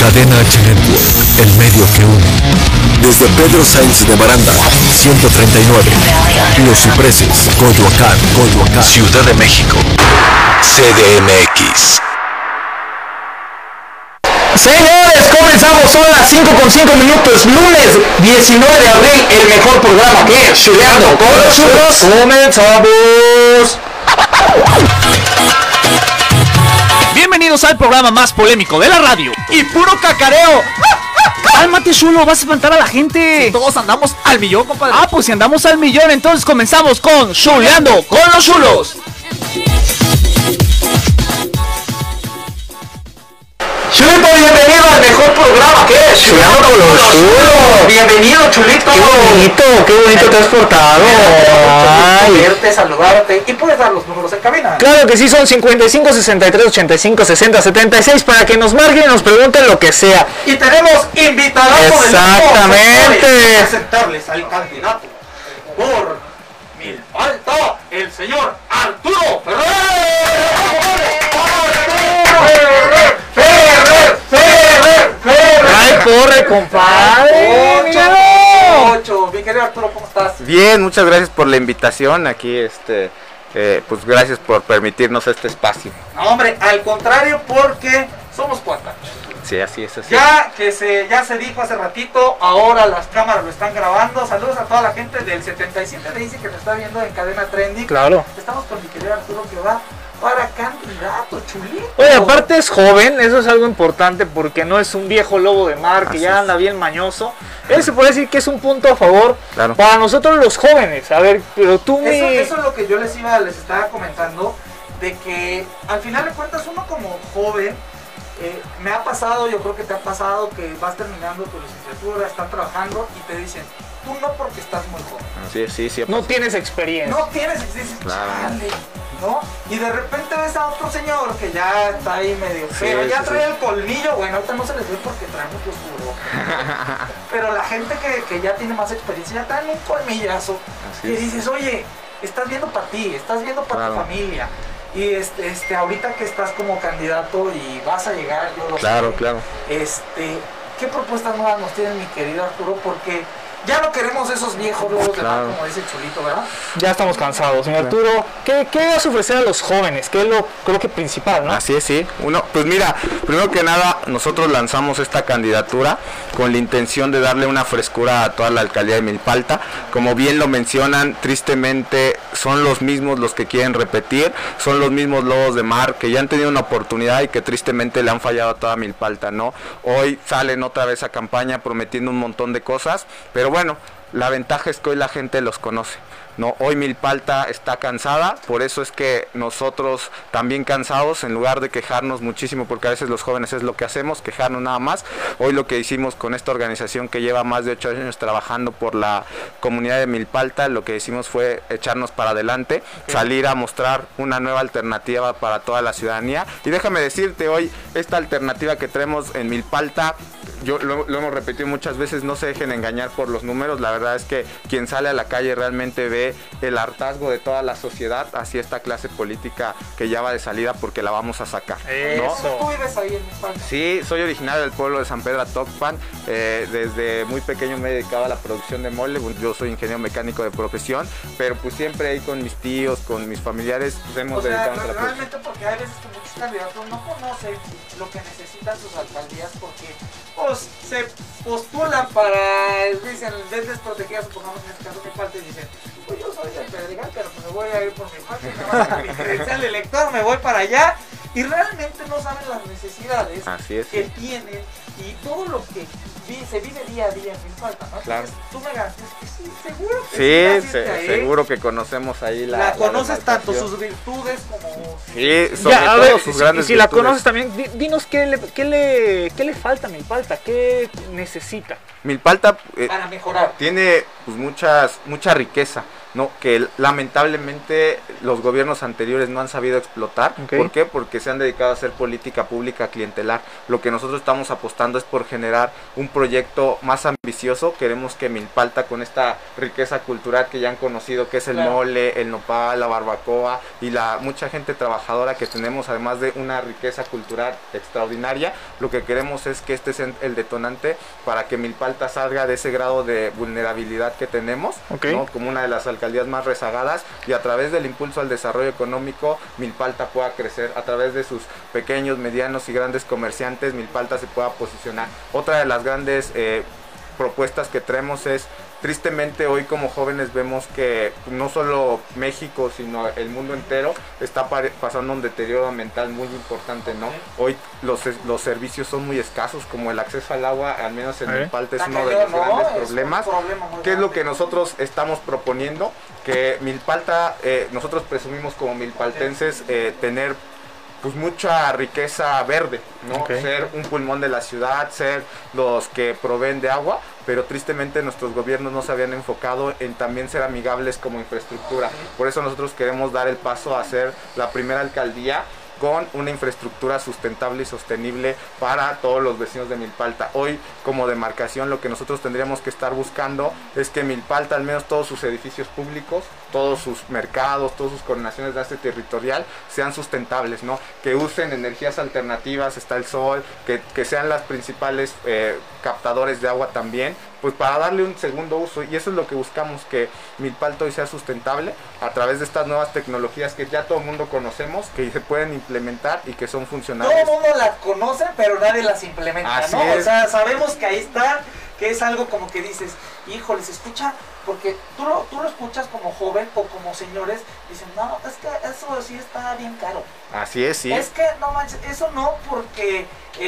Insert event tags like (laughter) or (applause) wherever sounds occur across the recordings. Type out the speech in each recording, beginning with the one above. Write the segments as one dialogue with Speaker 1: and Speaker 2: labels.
Speaker 1: Cadena H Network, el medio que une. Desde Pedro Sainz de Baranda, 139. Los Cipreses, Coyoacán, Coyoacán. Ciudad de México. CDMX.
Speaker 2: Señores, comenzamos, son las 5 con 5 minutos, lunes 19 de abril, el mejor programa que es Chuleando con los Churros. Comenzamos.
Speaker 3: Bienvenidos al programa más polémico de la radio y puro cacareo. Cálmate, chulo, vas a espantar a la gente.
Speaker 4: Todos andamos al millón, compadre.
Speaker 3: Ah, pues si andamos al millón, entonces comenzamos con Chuleando con los chulos.
Speaker 2: Chulito, bienvenido al mejor programa que es Chuleando con los Churros. Bienvenido, Chulito.
Speaker 5: qué bonito te has portado. Ay.
Speaker 2: Verte, saludarte y puedes dar los números en cabina.
Speaker 5: Claro que sí, son 55, 63, 85, 60, 76 para que nos marquen y nos pregunten lo que sea.
Speaker 2: Y tenemos invitados del lujo,
Speaker 5: Exactamente.
Speaker 2: señores, presentarles al candidato por mil falta el señor Arturo Ferrer. Ferrer, Ferrer, Ferrer, Ferrer.
Speaker 5: Ay, corre, compadre. míralo.
Speaker 2: Ocho, ocho. Mi querido Arturo, ¿cómo estás?
Speaker 6: Bien, muchas gracias por la invitación aquí, este, eh, pues gracias por permitirnos este espacio.
Speaker 2: No, hombre, al contrario, porque somos cuatachos.
Speaker 6: Sí, así es, así.
Speaker 2: Ya que se, ya se dijo hace ratito, ahora las cámaras lo están grabando. Saludos a toda la gente del 77 de Easy que nos está viendo en Cadena Trending.
Speaker 5: Claro.
Speaker 2: Estamos con mi querido Arturo que va para candidato, chulito.
Speaker 5: Oye, aparte es joven, eso es algo importante porque no es un viejo lobo de mar que
Speaker 6: Así
Speaker 5: ya
Speaker 6: es.
Speaker 5: anda bien mañoso. Él se puede decir que es un punto a favor
Speaker 6: Claro.
Speaker 5: para nosotros los jóvenes. A ver, pero tú mi-
Speaker 2: Eso, eso es lo que yo les iba, les estaba comentando, de que al final de cuentas uno como joven, eh, me ha pasado, yo creo que te ha pasado, que vas terminando tu licenciatura, estás trabajando y te dicen, tú no porque estás muy joven.
Speaker 6: Sí, sí, sí.
Speaker 5: no tienes experiencia.
Speaker 2: No tienes, y dices,
Speaker 6: Claro.
Speaker 2: "Chale", ¿no? Y de repente ves a otro señor que ya está ahí medio
Speaker 6: Sí,
Speaker 2: pero ya
Speaker 6: sí,
Speaker 2: trae
Speaker 6: sí.
Speaker 2: el colmillo, bueno, ahorita no se les ve porque traen los cubrebocas.
Speaker 6: (laughs)
Speaker 2: Pero la gente que, que ya tiene más experiencia, ya traen un colmillazo.
Speaker 6: Así
Speaker 2: y
Speaker 6: es.
Speaker 2: dices, oye, estás viendo para ti, estás viendo para tu
Speaker 6: Claro.
Speaker 2: familia. Y este, este, ahorita que estás como candidato y vas a llegar, yo lo
Speaker 6: Claro,
Speaker 2: sé,
Speaker 6: claro.
Speaker 2: Este, ¿qué propuestas nuevas nos tiene mi querido Arturo? Porque ya no queremos esos viejos lobos de mar,
Speaker 6: Claro.
Speaker 2: como dice el Chulito, ¿verdad?
Speaker 5: Ya estamos cansados. Señor Arturo, ¿qué, ¿qué vas a ofrecer a los jóvenes? Que es lo creo que principal, ¿no?
Speaker 6: Así es, sí. Uno, pues mira, primero que nada, nosotros lanzamos esta candidatura con la intención de darle una frescura a toda la alcaldía de Milpalta. Como bien lo mencionan, tristemente son los mismos los que quieren repetir, son los mismos lobos de mar que ya han tenido una oportunidad y que tristemente le han fallado a toda Milpalta, ¿no? Hoy salen otra vez a campaña prometiendo un montón de cosas, pero bueno, la ventaja es que hoy la gente los conoce. No, hoy Milpalta está cansada, por eso es que nosotros también cansados, en lugar de quejarnos muchísimo, porque a veces los jóvenes es lo que hacemos, quejarnos nada más, hoy lo que hicimos con esta organización que lleva más de ocho años trabajando por la comunidad de Milpalta, lo que hicimos fue echarnos para adelante, salir a mostrar una nueva alternativa para toda la ciudadanía. Y déjame decirte, hoy esta alternativa que traemos en Milpalta yo lo, lo hemos repetido muchas veces, no se dejen engañar por los números. La verdad es que quien sale a la calle realmente ve el hartazgo de toda la sociedad hacia esta clase política que ya va de salida porque la vamos a sacar.
Speaker 2: Eh.
Speaker 6: ¿no?
Speaker 5: Eso.
Speaker 2: Tú vives ahí en España.
Speaker 6: Sí, soy originario del pueblo de San Pedro Atocpan. Eh, desde muy pequeño me he dedicado a la producción de mole. Bueno, Yo soy ingeniero mecánico de profesión, pero pues siempre ahí con mis tíos, con mis familiares, pues hemos
Speaker 2: O sea,
Speaker 6: dedicado a
Speaker 2: re-
Speaker 6: la producción.
Speaker 2: realmente porque hay veces que muchos candidatos no conocen lo que necesitan sus alcaldías porque pues, se postulan para, dicen, ven desprotegidas, supongamos en este caso que parte, dicen, pues yo soy del Pedregal, pero pues me voy a ir por mi parte, me voy a mi credencial de elector, me voy para allá y realmente no saben las necesidades
Speaker 6: Así es.
Speaker 2: que tienen y todo lo que vi- se vive día a día en falta, ¿no?
Speaker 6: Claro.
Speaker 2: Entonces, tú me garantizas que sí, seguro que
Speaker 6: Sí,
Speaker 2: vas a irte
Speaker 6: se-
Speaker 2: ahí. ¿eh?
Speaker 6: seguro que conocemos ahí la.
Speaker 2: La, conoces tanto
Speaker 6: demarcación.
Speaker 2: sus virtudes como
Speaker 6: Sí, sobre
Speaker 5: Ya, a
Speaker 6: todo
Speaker 5: ver,
Speaker 6: sus
Speaker 5: si,
Speaker 6: grandes
Speaker 5: si la
Speaker 6: virtudes.
Speaker 5: conoces también, di- dinos qué le, qué le, qué le falta a Milpalta, qué necesita.
Speaker 6: Milpalta eh,
Speaker 2: para mejorar.
Speaker 6: tiene pues, muchas, mucha riqueza, ¿no? Que lamentablemente los gobiernos anteriores no han sabido explotar.
Speaker 5: Ok.
Speaker 6: ¿Por qué? Porque se han dedicado a hacer política pública clientelar. Lo que nosotros estamos apostando es por generar un proyecto más ambicioso vicioso. Queremos que Milpalta, con esta riqueza cultural que ya han conocido, que es el
Speaker 2: Claro.
Speaker 6: mole, el nopal, la barbacoa y la mucha gente trabajadora que tenemos, además de una riqueza cultural extraordinaria, lo que queremos es que este sea el detonante para que Milpalta salga de ese grado de vulnerabilidad que tenemos,
Speaker 5: Ok.
Speaker 6: ¿no? como una de las alcaldías más rezagadas y a través del impulso al desarrollo económico Milpalta pueda crecer a través de sus pequeños, medianos y grandes comerciantes Milpalta se pueda posicionar. Otra de las grandes eh, propuestas que traemos es tristemente hoy como jóvenes vemos que no solo México sino el mundo entero está pare- pasando un deterioro mental muy importante, ¿no? Hoy los, los servicios son muy escasos como el acceso al agua, al menos en
Speaker 5: Eh.
Speaker 6: Milpalta es
Speaker 2: Está
Speaker 6: uno de
Speaker 2: cañón,
Speaker 6: los
Speaker 2: ¿no?
Speaker 6: grandes
Speaker 2: Es un
Speaker 6: problemas.
Speaker 2: problema muy
Speaker 6: ¿Qué es lo que
Speaker 2: grande.
Speaker 6: nosotros estamos proponiendo? Que Milpalta, eh, nosotros presumimos como milpaltenses eh, tener pues mucha riqueza verde, ¿no?
Speaker 5: Ok.
Speaker 6: Ser un pulmón de la ciudad, ser los que proveen de agua, pero tristemente nuestros gobiernos no se habían enfocado en también ser amigables como infraestructura. Por eso nosotros queremos dar el paso a ser la primera alcaldía con una infraestructura sustentable y sostenible para todos los vecinos de Milpalta. Hoy, como demarcación, lo que nosotros tendríamos que estar buscando es que Milpalta, al menos todos sus edificios públicos, todos sus mercados, todas sus coordinaciones de arte territorial, sean sustentables, ¿no? Que usen energías alternativas, está el sol, que, que sean las principales eh, captadores de agua también, pues para darle un segundo uso. Y eso es lo que buscamos, que Milpalta hoy sea sustentable a través de estas nuevas tecnologías que ya todo el mundo conocemos, que se pueden implementar y que son
Speaker 2: Todo el
Speaker 6: funcionales.
Speaker 2: mundo las conoce, pero nadie las implementa,
Speaker 6: Así
Speaker 2: ¿no?
Speaker 6: es.
Speaker 2: O sea, sabemos que ahí está, que es algo como que dices, híjole, se escucha, porque tú lo, tú lo escuchas como joven o como señores, dicen, no, es que eso sí está bien caro.
Speaker 6: Así es, sí.
Speaker 2: Es que no manches, eso no porque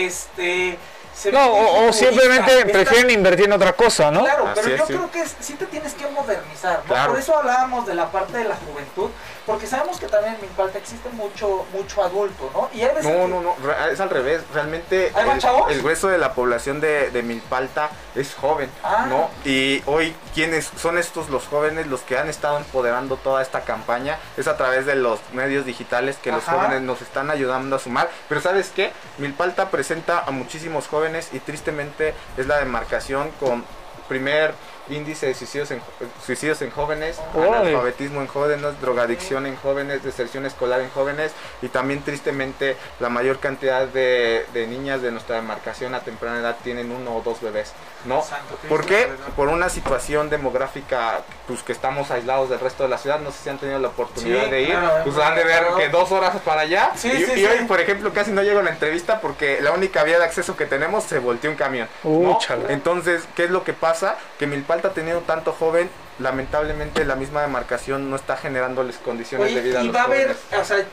Speaker 2: este se
Speaker 5: No,
Speaker 2: ve muy
Speaker 5: o, o
Speaker 2: futurista.
Speaker 5: simplemente
Speaker 2: Está-
Speaker 5: prefieren invertir en otra cosa, ¿no?
Speaker 2: Claro,
Speaker 6: Así
Speaker 2: pero yo
Speaker 6: es, sí.
Speaker 2: creo que es- sí te tienes que modernizar, ¿no?
Speaker 6: Claro.
Speaker 2: Por eso hablábamos de la parte de la juventud, porque sabemos que también en Milpalta existe mucho mucho adulto, ¿no? Y hay veces
Speaker 6: No,
Speaker 2: que-
Speaker 6: no, no, re- ah, es al revés. Realmente
Speaker 2: ¿Hay más chavos?
Speaker 6: el, el grueso de la población de, de Milpalta es joven,
Speaker 2: Ah.
Speaker 6: ¿no? Y hoy, ¿quiénes son estos los jóvenes los que han estado empoderando toda esta campaña? Es a través de los medios digitales que los
Speaker 2: Ajá.
Speaker 6: jóvenes nos están ayudando a sumar. Pero ¿sabes qué? Milpalta presenta a muchísimos jóvenes y tristemente es la demarcación con primer índice de suicidios en, jo- suicidios en jóvenes,
Speaker 5: Órale.
Speaker 6: analfabetismo en jóvenes, drogadicción en jóvenes, deserción escolar en jóvenes y también tristemente la mayor cantidad de, de niñas de nuestra demarcación a temprana edad tienen uno o dos bebés, ¿no?
Speaker 2: Santo Cristo,
Speaker 6: ¿Por qué?
Speaker 2: ¿verdad?
Speaker 6: Por una situación demográfica, pues que estamos aislados del resto de la ciudad, no sé si han tenido la oportunidad
Speaker 2: Sí,
Speaker 6: de ir,
Speaker 2: claro,
Speaker 6: pues
Speaker 2: hemos
Speaker 6: han de ver
Speaker 2: estado.
Speaker 6: que dos horas para allá
Speaker 2: Sí,
Speaker 6: y,
Speaker 2: sí,
Speaker 6: y
Speaker 2: sí.
Speaker 6: hoy, por ejemplo, casi no llego a la entrevista porque la única vía de acceso que tenemos se volteó un camión, ¿no?
Speaker 5: Úchala.
Speaker 6: Entonces, ¿qué es lo que pasa? Que Milpalta teniendo tanto joven, lamentablemente la misma demarcación no está generándoles condiciones
Speaker 2: Oye,
Speaker 6: de vida. a
Speaker 2: y
Speaker 6: los
Speaker 2: va a haber,
Speaker 6: jóvenes.
Speaker 2: o sea, eh,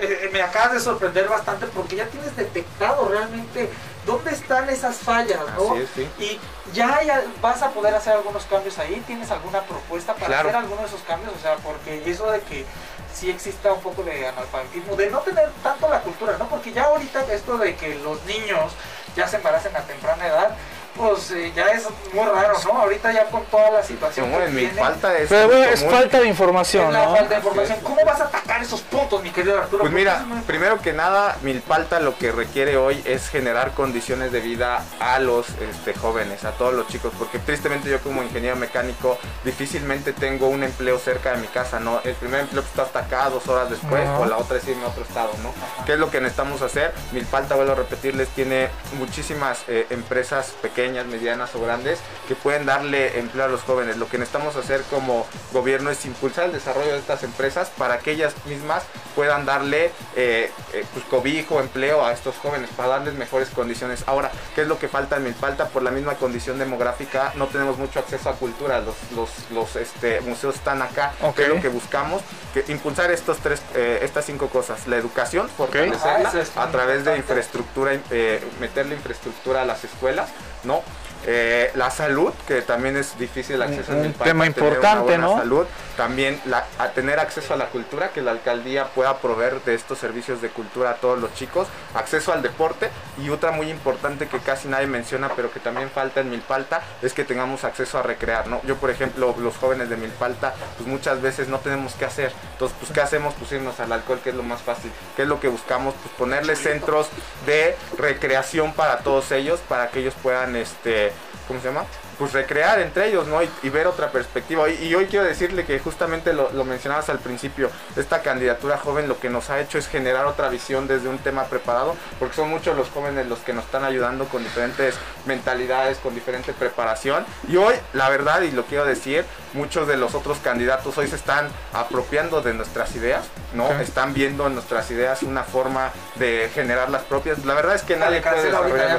Speaker 2: eh, me acabas de sorprender bastante porque ya tienes detectado realmente dónde están esas fallas, ¿no?
Speaker 6: Así es, sí.
Speaker 2: Y ya hay al- vas a poder hacer algunos cambios ahí, tienes alguna propuesta para
Speaker 6: Claro.
Speaker 2: hacer alguno de esos cambios, o sea, porque eso de que sí exista un poco de analfabetismo, de no tener tanto la cultura, ¿no? Porque ya ahorita esto de que los niños ya se embaracen a temprana edad, pues eh, ya es muy raro, ¿no? Ahorita ya con toda la situación
Speaker 6: No,
Speaker 2: que
Speaker 6: en mi
Speaker 2: tiene-
Speaker 6: falta es,
Speaker 5: Pero bueno,
Speaker 6: muy
Speaker 5: es
Speaker 6: común.
Speaker 5: falta de información,
Speaker 2: es la
Speaker 5: ¿no?
Speaker 2: falta de
Speaker 6: Así
Speaker 2: información.
Speaker 6: es.
Speaker 2: ¿Cómo vas a atacar esos puntos, mi querido Arturo?
Speaker 6: Pues
Speaker 2: Porque
Speaker 6: mira,
Speaker 2: eso no es-
Speaker 6: primero que nada, Milpalta lo que requiere hoy es generar condiciones de vida a los este, jóvenes, a todos los chicos, porque tristemente yo como ingeniero mecánico difícilmente tengo un empleo cerca de mi casa, ¿no? El primer empleo está hasta acá dos horas después,
Speaker 5: Ajá.
Speaker 6: o la otra es irme a otro estado, ¿no? ¿Qué es lo que necesitamos hacer? Milpalta, vuelvo a repetirles, tiene muchísimas eh, empresas pequeñas, medianas o grandes que pueden darle empleo a los jóvenes. Lo que necesitamos hacer como gobierno es impulsar el desarrollo de estas empresas para que ellas mismas puedan darle eh, eh, pues, cobijo, empleo a estos jóvenes, para darles mejores condiciones. Ahora, ¿qué es lo que falta en Milpalta? Por la misma condición demográfica no tenemos mucho acceso a cultura, los, los, los, este, museos están acá,
Speaker 5: Ok.
Speaker 6: ¿Qué es lo que buscamos, que impulsar estos tres, eh, estas cinco cosas, la educación, fortalecerla
Speaker 2: Ah, eso es
Speaker 6: a través de
Speaker 2: importante.
Speaker 6: infraestructura, eh, meterle infraestructura a las escuelas, ¿no? Eh, la salud, que también es difícil el acceso en
Speaker 5: un
Speaker 6: Milpalta,
Speaker 5: tema
Speaker 6: tener una
Speaker 5: importante,
Speaker 6: buena
Speaker 5: ¿no?
Speaker 6: salud, también la- a tener acceso a la cultura, que la alcaldía pueda proveer de estos servicios de cultura a todos los chicos, acceso al deporte y otra muy importante que casi nadie menciona, pero que también falta en Milpalta, es que tengamos acceso a recrear, ¿no? Yo, por ejemplo, los jóvenes de Milpalta, pues muchas veces no tenemos qué hacer, entonces, pues, ¿qué hacemos? Pues irnos al alcohol, que es lo más fácil, ¿qué es lo que buscamos? Pues ponerle centros de recreación para todos ellos, para que ellos puedan, este, este, ¿cómo se llama? Pues recrear entre ellos, ¿no? Y, y ver otra perspectiva. Y, y hoy quiero decirle que justamente lo, lo mencionabas al principio, esta candidatura joven lo que nos ha hecho es generar otra visión desde un tema preparado, porque son muchos los jóvenes los que nos están ayudando con diferentes mentalidades, con diferente preparación. Y hoy, la verdad, y lo quiero decir, muchos de los otros candidatos hoy se están apropiando de nuestras ideas, ¿no? Están viendo en nuestras ideas una forma de generar las propias. La verdad es que nadie
Speaker 2: Dale,
Speaker 6: puede
Speaker 2: cancela ahorita, ya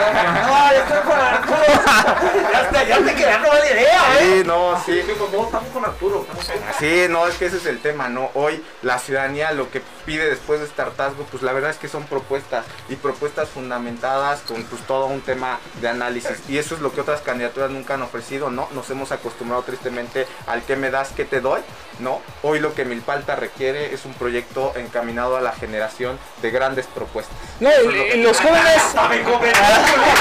Speaker 2: me está. (laughs) No, yo estoy con Arturo. Ya, está, ya te quedaron mal idea, ¿eh?
Speaker 6: Sí, no, sí.
Speaker 2: No, estamos con Arturo. estamos (laughs) con-
Speaker 6: Sí, no, es que ese es el tema, ¿no? Hoy la ciudadanía lo que pide después de este hartazgo, pues la verdad es que son propuestas y propuestas fundamentadas con pues todo un tema de análisis. Y eso es lo que otras candidaturas nunca han ofrecido, ¿no? Nos hemos acostumbrado tristemente al que me das, que te doy, ¿no? Hoy lo que Milpalta requiere es un proyecto encaminado a la generación de grandes propuestas.
Speaker 5: No, y- y los
Speaker 6: (laughs)
Speaker 5: jóvenes.
Speaker 2: Sabe comer.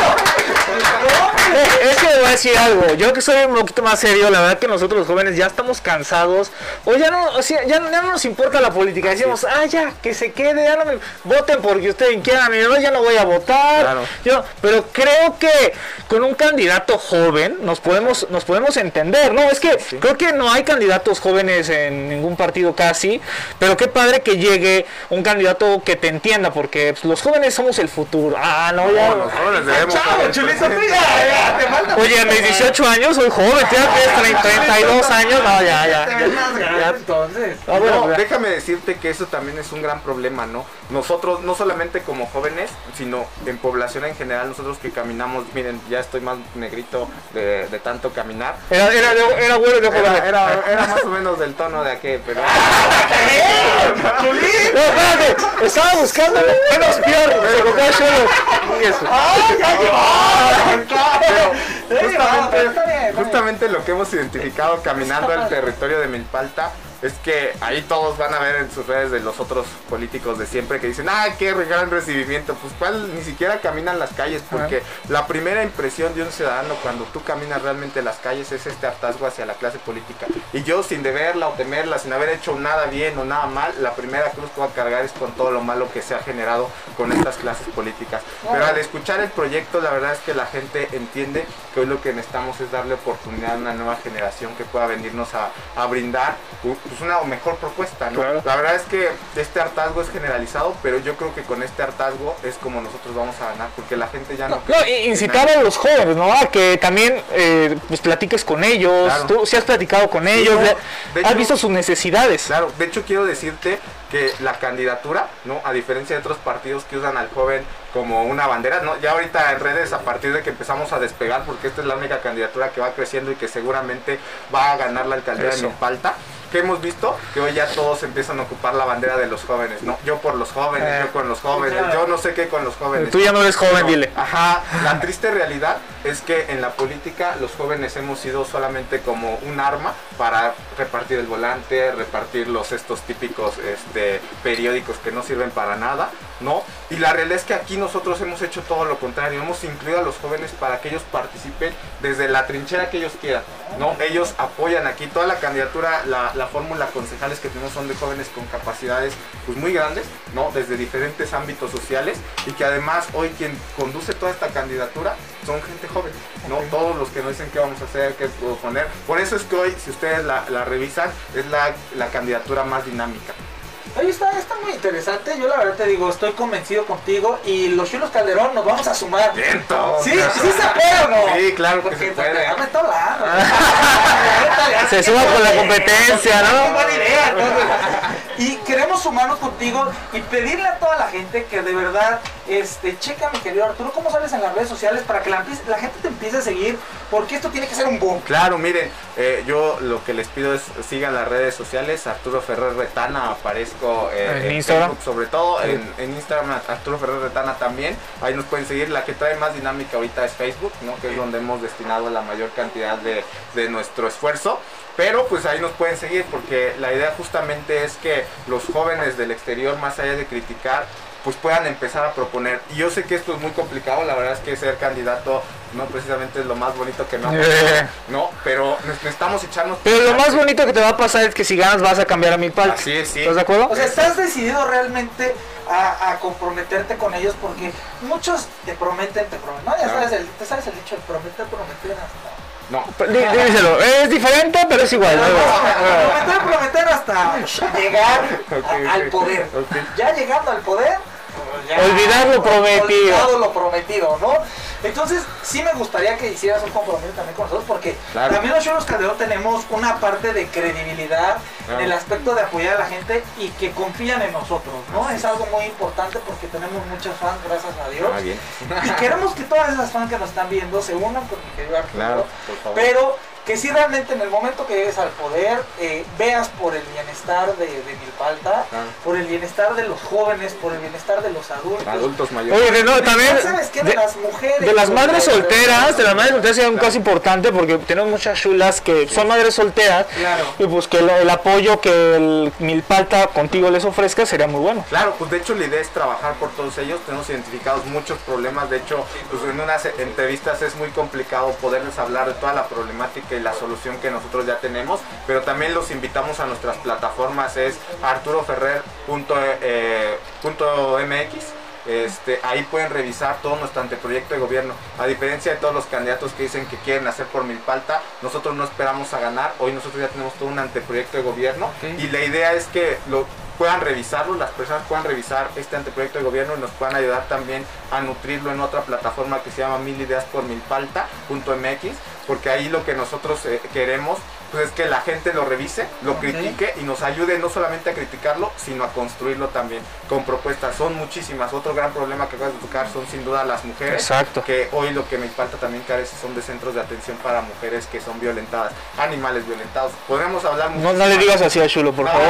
Speaker 2: No,
Speaker 5: (laughs) Eh, Es que les voy a decir algo, yo que soy un poquito más serio, la verdad que nosotros los jóvenes ya estamos cansados, o ya no, o sea, ya, no- ya no nos importa la política, decimos, ah, ya, que se quede, ya no me voten porque ustedes quieran, y yo ya no voy a votar.
Speaker 6: Claro.
Speaker 5: Yo, pero creo que con un candidato joven nos podemos, nos podemos entender, ¿no? Es que creo que no hay candidatos jóvenes en ningún partido casi, pero qué padre que llegue un candidato que te entienda, porque pues, los jóvenes somos el futuro. Ah, no, ya.
Speaker 6: Bueno, nosotros les debemos saber.
Speaker 2: chulito,
Speaker 6: (laughs)
Speaker 2: ya, ya, te falta.
Speaker 5: Oye, a mis 18 años soy joven, tengo que 32 años, no, ya,
Speaker 2: Ya te ves
Speaker 5: ya.
Speaker 2: más grande, entonces.
Speaker 5: Ah,
Speaker 6: No,
Speaker 5: bueno, ya.
Speaker 6: déjame decirte que eso también es un gran problema, ¿no? Nosotros, no solamente como jóvenes, sino en población en general, nosotros que caminamos, miren, ya estoy más negrito de, de tanto caminar.
Speaker 5: Era, era, de- era güero de ojo
Speaker 6: Era,
Speaker 5: verde.
Speaker 6: era- era más o menos del tono de aquel, pero...
Speaker 5: No, espérate, estaba buscando menos peor, se lo quedé solo. Eso.
Speaker 2: Ah,
Speaker 6: Pero
Speaker 2: va, pero está bien, está
Speaker 6: justamente,
Speaker 2: bien.
Speaker 6: justamente lo que hemos identificado caminando el territorio de Milpalta es que ahí todos van a ver en sus redes de los otros políticos de siempre que dicen, ah, qué re- gran recibimiento. Pues cuál ni siquiera caminan las calles, porque la primera impresión de un ciudadano cuando tú caminas realmente las calles es este hartazgo hacia la clase política. Y yo sin deberla o temerla, sin haber hecho nada bien o nada mal, la primera cruz que voy a cargar es con todo lo malo que se ha generado con estas clases políticas. Pero al escuchar el proyecto, la verdad es que la gente entiende que hoy lo que necesitamos es darle oportunidad a una nueva generación que pueda venirnos a, a brindar u- pues, una mejor propuesta. ¿no?
Speaker 5: Claro.
Speaker 6: La verdad es que este hartazgo es generalizado, pero yo creo que con este hartazgo es como nosotros vamos a ganar, porque la gente ya no...
Speaker 5: No, y incitar a los jóvenes, ¿no? A que también eh, pues, platiques con ellos,
Speaker 6: Claro.
Speaker 5: tú si has platicado con ellos,
Speaker 6: no,
Speaker 5: le-
Speaker 6: de
Speaker 5: has
Speaker 6: hecho-
Speaker 5: visto sus necesidades.
Speaker 6: Claro, de hecho quiero decirte que la candidatura, ¿no? A diferencia de otros partidos que usan al joven como una bandera, ¿no? Ya ahorita en redes, a partir de que empezamos a despegar, porque esta es la única candidatura que va creciendo y que seguramente va a ganar la alcaldía de
Speaker 5: Eso.
Speaker 6: Milpalta, que hemos visto que hoy ya todos empiezan a ocupar la bandera de los jóvenes, ¿no? Yo por los jóvenes,
Speaker 5: Eh,
Speaker 6: yo con los jóvenes,
Speaker 2: claro.
Speaker 6: yo no sé qué con los jóvenes.
Speaker 5: Tú ya no eres joven,
Speaker 6: No.
Speaker 5: dile.
Speaker 6: Ajá, la triste realidad es que en la política los jóvenes hemos sido solamente como un arma para repartir el volante, repartir los estos típicos este, periódicos que no sirven para nada, ¿no? Y la realidad es que aquí nosotros hemos hecho todo lo contrario, hemos incluido a los jóvenes para que ellos participen desde la trinchera que ellos quieran, ¿no? Ellos apoyan aquí toda la candidatura, la, la fórmula concejales que tenemos son de jóvenes con capacidades pues muy grandes, ¿no? Desde diferentes ámbitos sociales y que además hoy quien conduce toda esta candidatura son gente joven, ¿no? Todos los que nos dicen qué vamos a hacer, qué proponer. Por eso es que hoy, si ustedes la, la revisan, es la, la candidatura más dinámica.
Speaker 2: Oye, está, está muy interesante. Yo la verdad te digo, estoy convencido contigo y los chulos Calderón nos vamos a sumar. Sí, sí se puede o no.
Speaker 6: Sí, claro que
Speaker 2: Porque pues,
Speaker 6: se puede.
Speaker 2: te dame todo
Speaker 6: (laughs)
Speaker 2: lado.
Speaker 5: Se suma con la competencia, ¿no?
Speaker 2: Qué buena idea, entonces. Y queremos sumarnos contigo y pedirle a toda la gente que de verdad, este, checa mi querido Arturo, cómo sales en las redes sociales para que la, empie- la gente te empiece a seguir, porque esto tiene que ser un boom.
Speaker 6: Claro, miren, eh, yo lo que les pido es sigan las redes sociales, Arturo Ferrer Retana, aparezco eh,
Speaker 5: En
Speaker 6: en,
Speaker 5: Instagram.
Speaker 6: Facebook, sobre todo en, en Instagram, Arturo Ferrer Retana también, ahí nos pueden seguir, la que trae más dinámica ahorita es Facebook, ¿no? que es donde hemos destinado la mayor cantidad de, de nuestro esfuerzo, pero pues ahí nos pueden seguir porque la idea justamente es que los jóvenes del exterior, más allá de criticar, pues pues puedan empezar a proponer. Y yo sé que esto es muy complicado, la verdad es que ser candidato no precisamente es lo más bonito que me ha pasado,
Speaker 5: Eh.
Speaker 6: ¿no? Pero necesitamos echarnos...
Speaker 5: Pero lo más bonito que te va a pasar es que si ganas vas a cambiar a mi palco.
Speaker 6: Así es, sí.
Speaker 5: ¿Estás de acuerdo?
Speaker 2: O sea, estás decidido realmente a, a comprometerte con ellos porque muchos te prometen, te prometen. No, ya
Speaker 6: Claro.
Speaker 2: sabes el, te sabes el dicho, el prometer, prometer hasta.
Speaker 6: No,
Speaker 5: Dí- díselo. Es diferente, pero es igual. ¿no?
Speaker 2: Prometer, prometer hasta llegar a-
Speaker 6: Ok,
Speaker 2: al
Speaker 6: ok,
Speaker 2: poder.
Speaker 6: ok.
Speaker 2: Ya llegando al poder, pues ya-
Speaker 5: Olvidar lo prometido.
Speaker 2: Olvidado lo prometido, ¿no? Entonces, sí me gustaría que hicieras un compromiso también con nosotros porque
Speaker 6: Claro.
Speaker 2: también los Cholos Calderón tenemos una parte de credibilidad
Speaker 6: Claro.
Speaker 2: en el aspecto de apoyar a la gente y que confían en nosotros, ¿no? es algo muy importante porque tenemos muchas fans, gracias a Dios.
Speaker 6: Ah, bien.
Speaker 2: Y queremos que todas esas fans que nos están viendo se unan con mi querido Arturo.
Speaker 6: Claro, por favor.
Speaker 2: Pero que si realmente en el momento que llegues al poder eh, veas por el bienestar de, de Milpalta,
Speaker 6: Claro.
Speaker 2: por el bienestar de los jóvenes, por el bienestar de los adultos.
Speaker 6: adultos mayores.
Speaker 5: Oye, no, también.
Speaker 2: ¿Sabes qué? De,
Speaker 5: de-
Speaker 2: las mujeres.
Speaker 5: De las
Speaker 2: por
Speaker 5: madres
Speaker 2: favor.
Speaker 5: solteras, de las madres solteras sería un caso importante porque tenemos muchas chulas que son madres solteras
Speaker 2: Claro.
Speaker 5: y pues que el, el apoyo que el Milpalta contigo les ofrezca sería muy bueno.
Speaker 6: Claro, pues de hecho la idea es trabajar por todos ellos, tenemos identificados muchos problemas, de hecho pues en unas entrevistas es muy complicado poderles hablar de toda la problemática y la solución que nosotros ya tenemos, pero también los invitamos a nuestras plataformas, es eh, arturoferrer.mx. Este, ahí pueden revisar todo nuestro anteproyecto de gobierno. A diferencia de todos los candidatos que dicen que quieren hacer por Milpalta, nosotros no esperamos a ganar. Hoy nosotros ya tenemos todo un anteproyecto de gobierno y la idea es que lo puedan revisarlo, las personas puedan revisar este anteproyecto de gobierno y nos puedan ayudar también a nutrirlo en otra plataforma que se llama Mil Ideas por Milpalta.mx, porque ahí lo que nosotros eh, queremos pues, es que la gente lo revise, lo
Speaker 2: Ok.
Speaker 6: critique que- y nos ayude no solamente a criticarlo, sino a construirlo también con propuestas. Son muchísimas. Otro gran problema que acabas de tocar son sin duda las mujeres.
Speaker 5: Exacto.
Speaker 6: Que hoy lo que me falta también carece son de centros de atención para mujeres que son violentadas, animales violentados. Podemos hablar
Speaker 5: No, no le
Speaker 6: muchísimas-
Speaker 5: digas así a Chulo, por favor.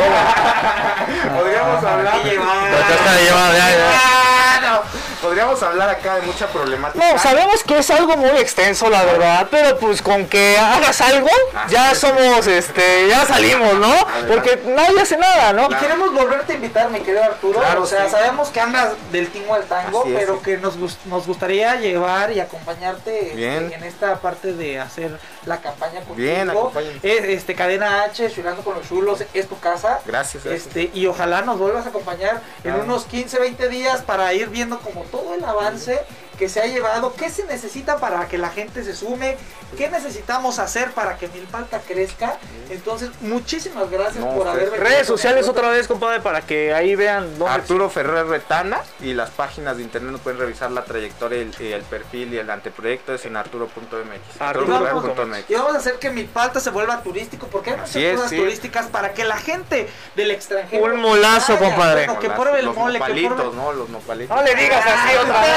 Speaker 6: Podríamos hablar.
Speaker 2: Qué llevado.
Speaker 5: Acá está, lleva, ya, ya.
Speaker 6: Podríamos hablar acá de mucha problemática.
Speaker 5: No, sabemos que es algo muy extenso, la verdad, pero pues con que hagas algo, ya somos, este, ya salimos, ¿no? Porque nadie hace nada, ¿no?
Speaker 2: Y queremos volverte a invitar, mi querido Arturo.
Speaker 6: Claro,
Speaker 2: o sea,
Speaker 6: sí.
Speaker 2: sabemos que andas del tingo al tango,
Speaker 6: Así es,
Speaker 2: pero
Speaker 6: sí.
Speaker 2: que nos, gust- nos gustaría llevar y acompañarte este,
Speaker 6: Bien.
Speaker 2: en esta parte de hacer la campaña contigo.
Speaker 6: Bien, acompáñanos.
Speaker 2: Es, este, Cadena H, Chulando con los Chulos, es tu casa.
Speaker 6: Gracias, gracias.
Speaker 2: Este, y ojalá nos vuelvas a acompañar
Speaker 6: Claro.
Speaker 2: en unos 15, 20 días para ir viendo como todo el avance que se ha llevado, qué se necesita para que la gente se sume, qué necesitamos hacer para que Milpalta crezca. Entonces, muchísimas gracias
Speaker 6: No,
Speaker 2: por
Speaker 6: ustedes.
Speaker 2: haber venido.
Speaker 5: Redes
Speaker 2: con
Speaker 5: sociales
Speaker 2: nosotros.
Speaker 5: otra vez, compadre, para que ahí vean dónde
Speaker 6: Arturo Ferrer Retana y las páginas de internet nos pueden revisar la trayectoria, el, eh, el perfil y el anteproyecto es en arturo.mx.
Speaker 5: Arturo punto
Speaker 6: arturo.mx.
Speaker 2: Y vamos a hacer que mi palta se vuelva turístico, porque hay muchas
Speaker 6: Así es,
Speaker 2: cosas
Speaker 6: sí.
Speaker 2: turísticas para que la gente del extranjero.
Speaker 5: Un molazo,
Speaker 2: vaya,
Speaker 5: compadre.
Speaker 2: bueno, que
Speaker 6: Las-
Speaker 2: pruebe el
Speaker 6: los
Speaker 2: mole, que
Speaker 6: nopalitos,
Speaker 2: pruebe.
Speaker 6: ¿no? Los nopalitos.
Speaker 5: No le digas así otra vez.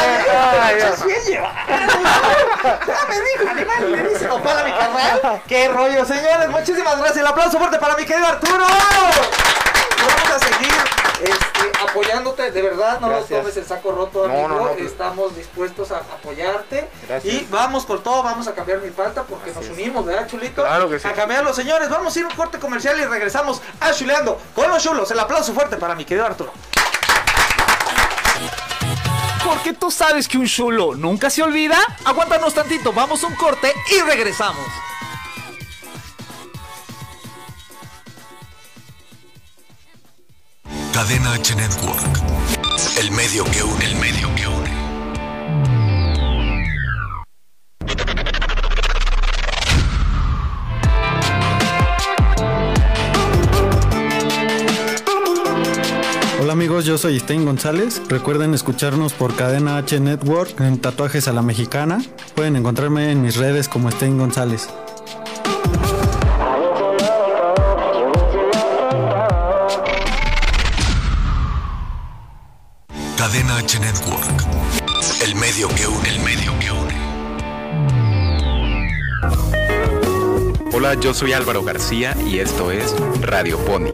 Speaker 5: Ay, Dios.
Speaker 2: Estás bien llevado. Ya me dijo, animal, le dice nopal a mi carnal. Qué rollo, señores. Muchísimas gracias. El aplauso fuerte para mi querido Arturo. Vamos a seguir este, apoyándote. De verdad, no
Speaker 6: Gracias.
Speaker 2: tomes el saco roto,
Speaker 6: No,
Speaker 2: amigo.
Speaker 6: no, no.
Speaker 2: Estamos dispuestos a apoyarte.
Speaker 6: Gracias.
Speaker 2: Y vamos por todo. Vamos a cambiar mi falta porque
Speaker 6: Así
Speaker 2: nos
Speaker 6: es.
Speaker 2: unimos, ¿verdad, Chulito?
Speaker 6: Claro que sí.
Speaker 2: A cambiar los señores. Vamos a ir a un corte comercial y regresamos a Chuleando con los chulos. El aplauso fuerte para mi querido Arturo.
Speaker 3: Porque tú sabes que un chulo nunca se olvida. Aguántanos tantito, vamos a un corte y regresamos.
Speaker 1: Cadena H Network. El medio que une. El medio que une.
Speaker 4: Hola amigos, yo soy Stein González. Recuerden escucharnos por Cadena H Network en Tatuajes a la Mexicana. Pueden encontrarme en mis redes como Stein González.
Speaker 1: Cadena H Network. El medio que une. El medio que une.
Speaker 7: Hola, yo soy Álvaro García y esto es Radio Pony.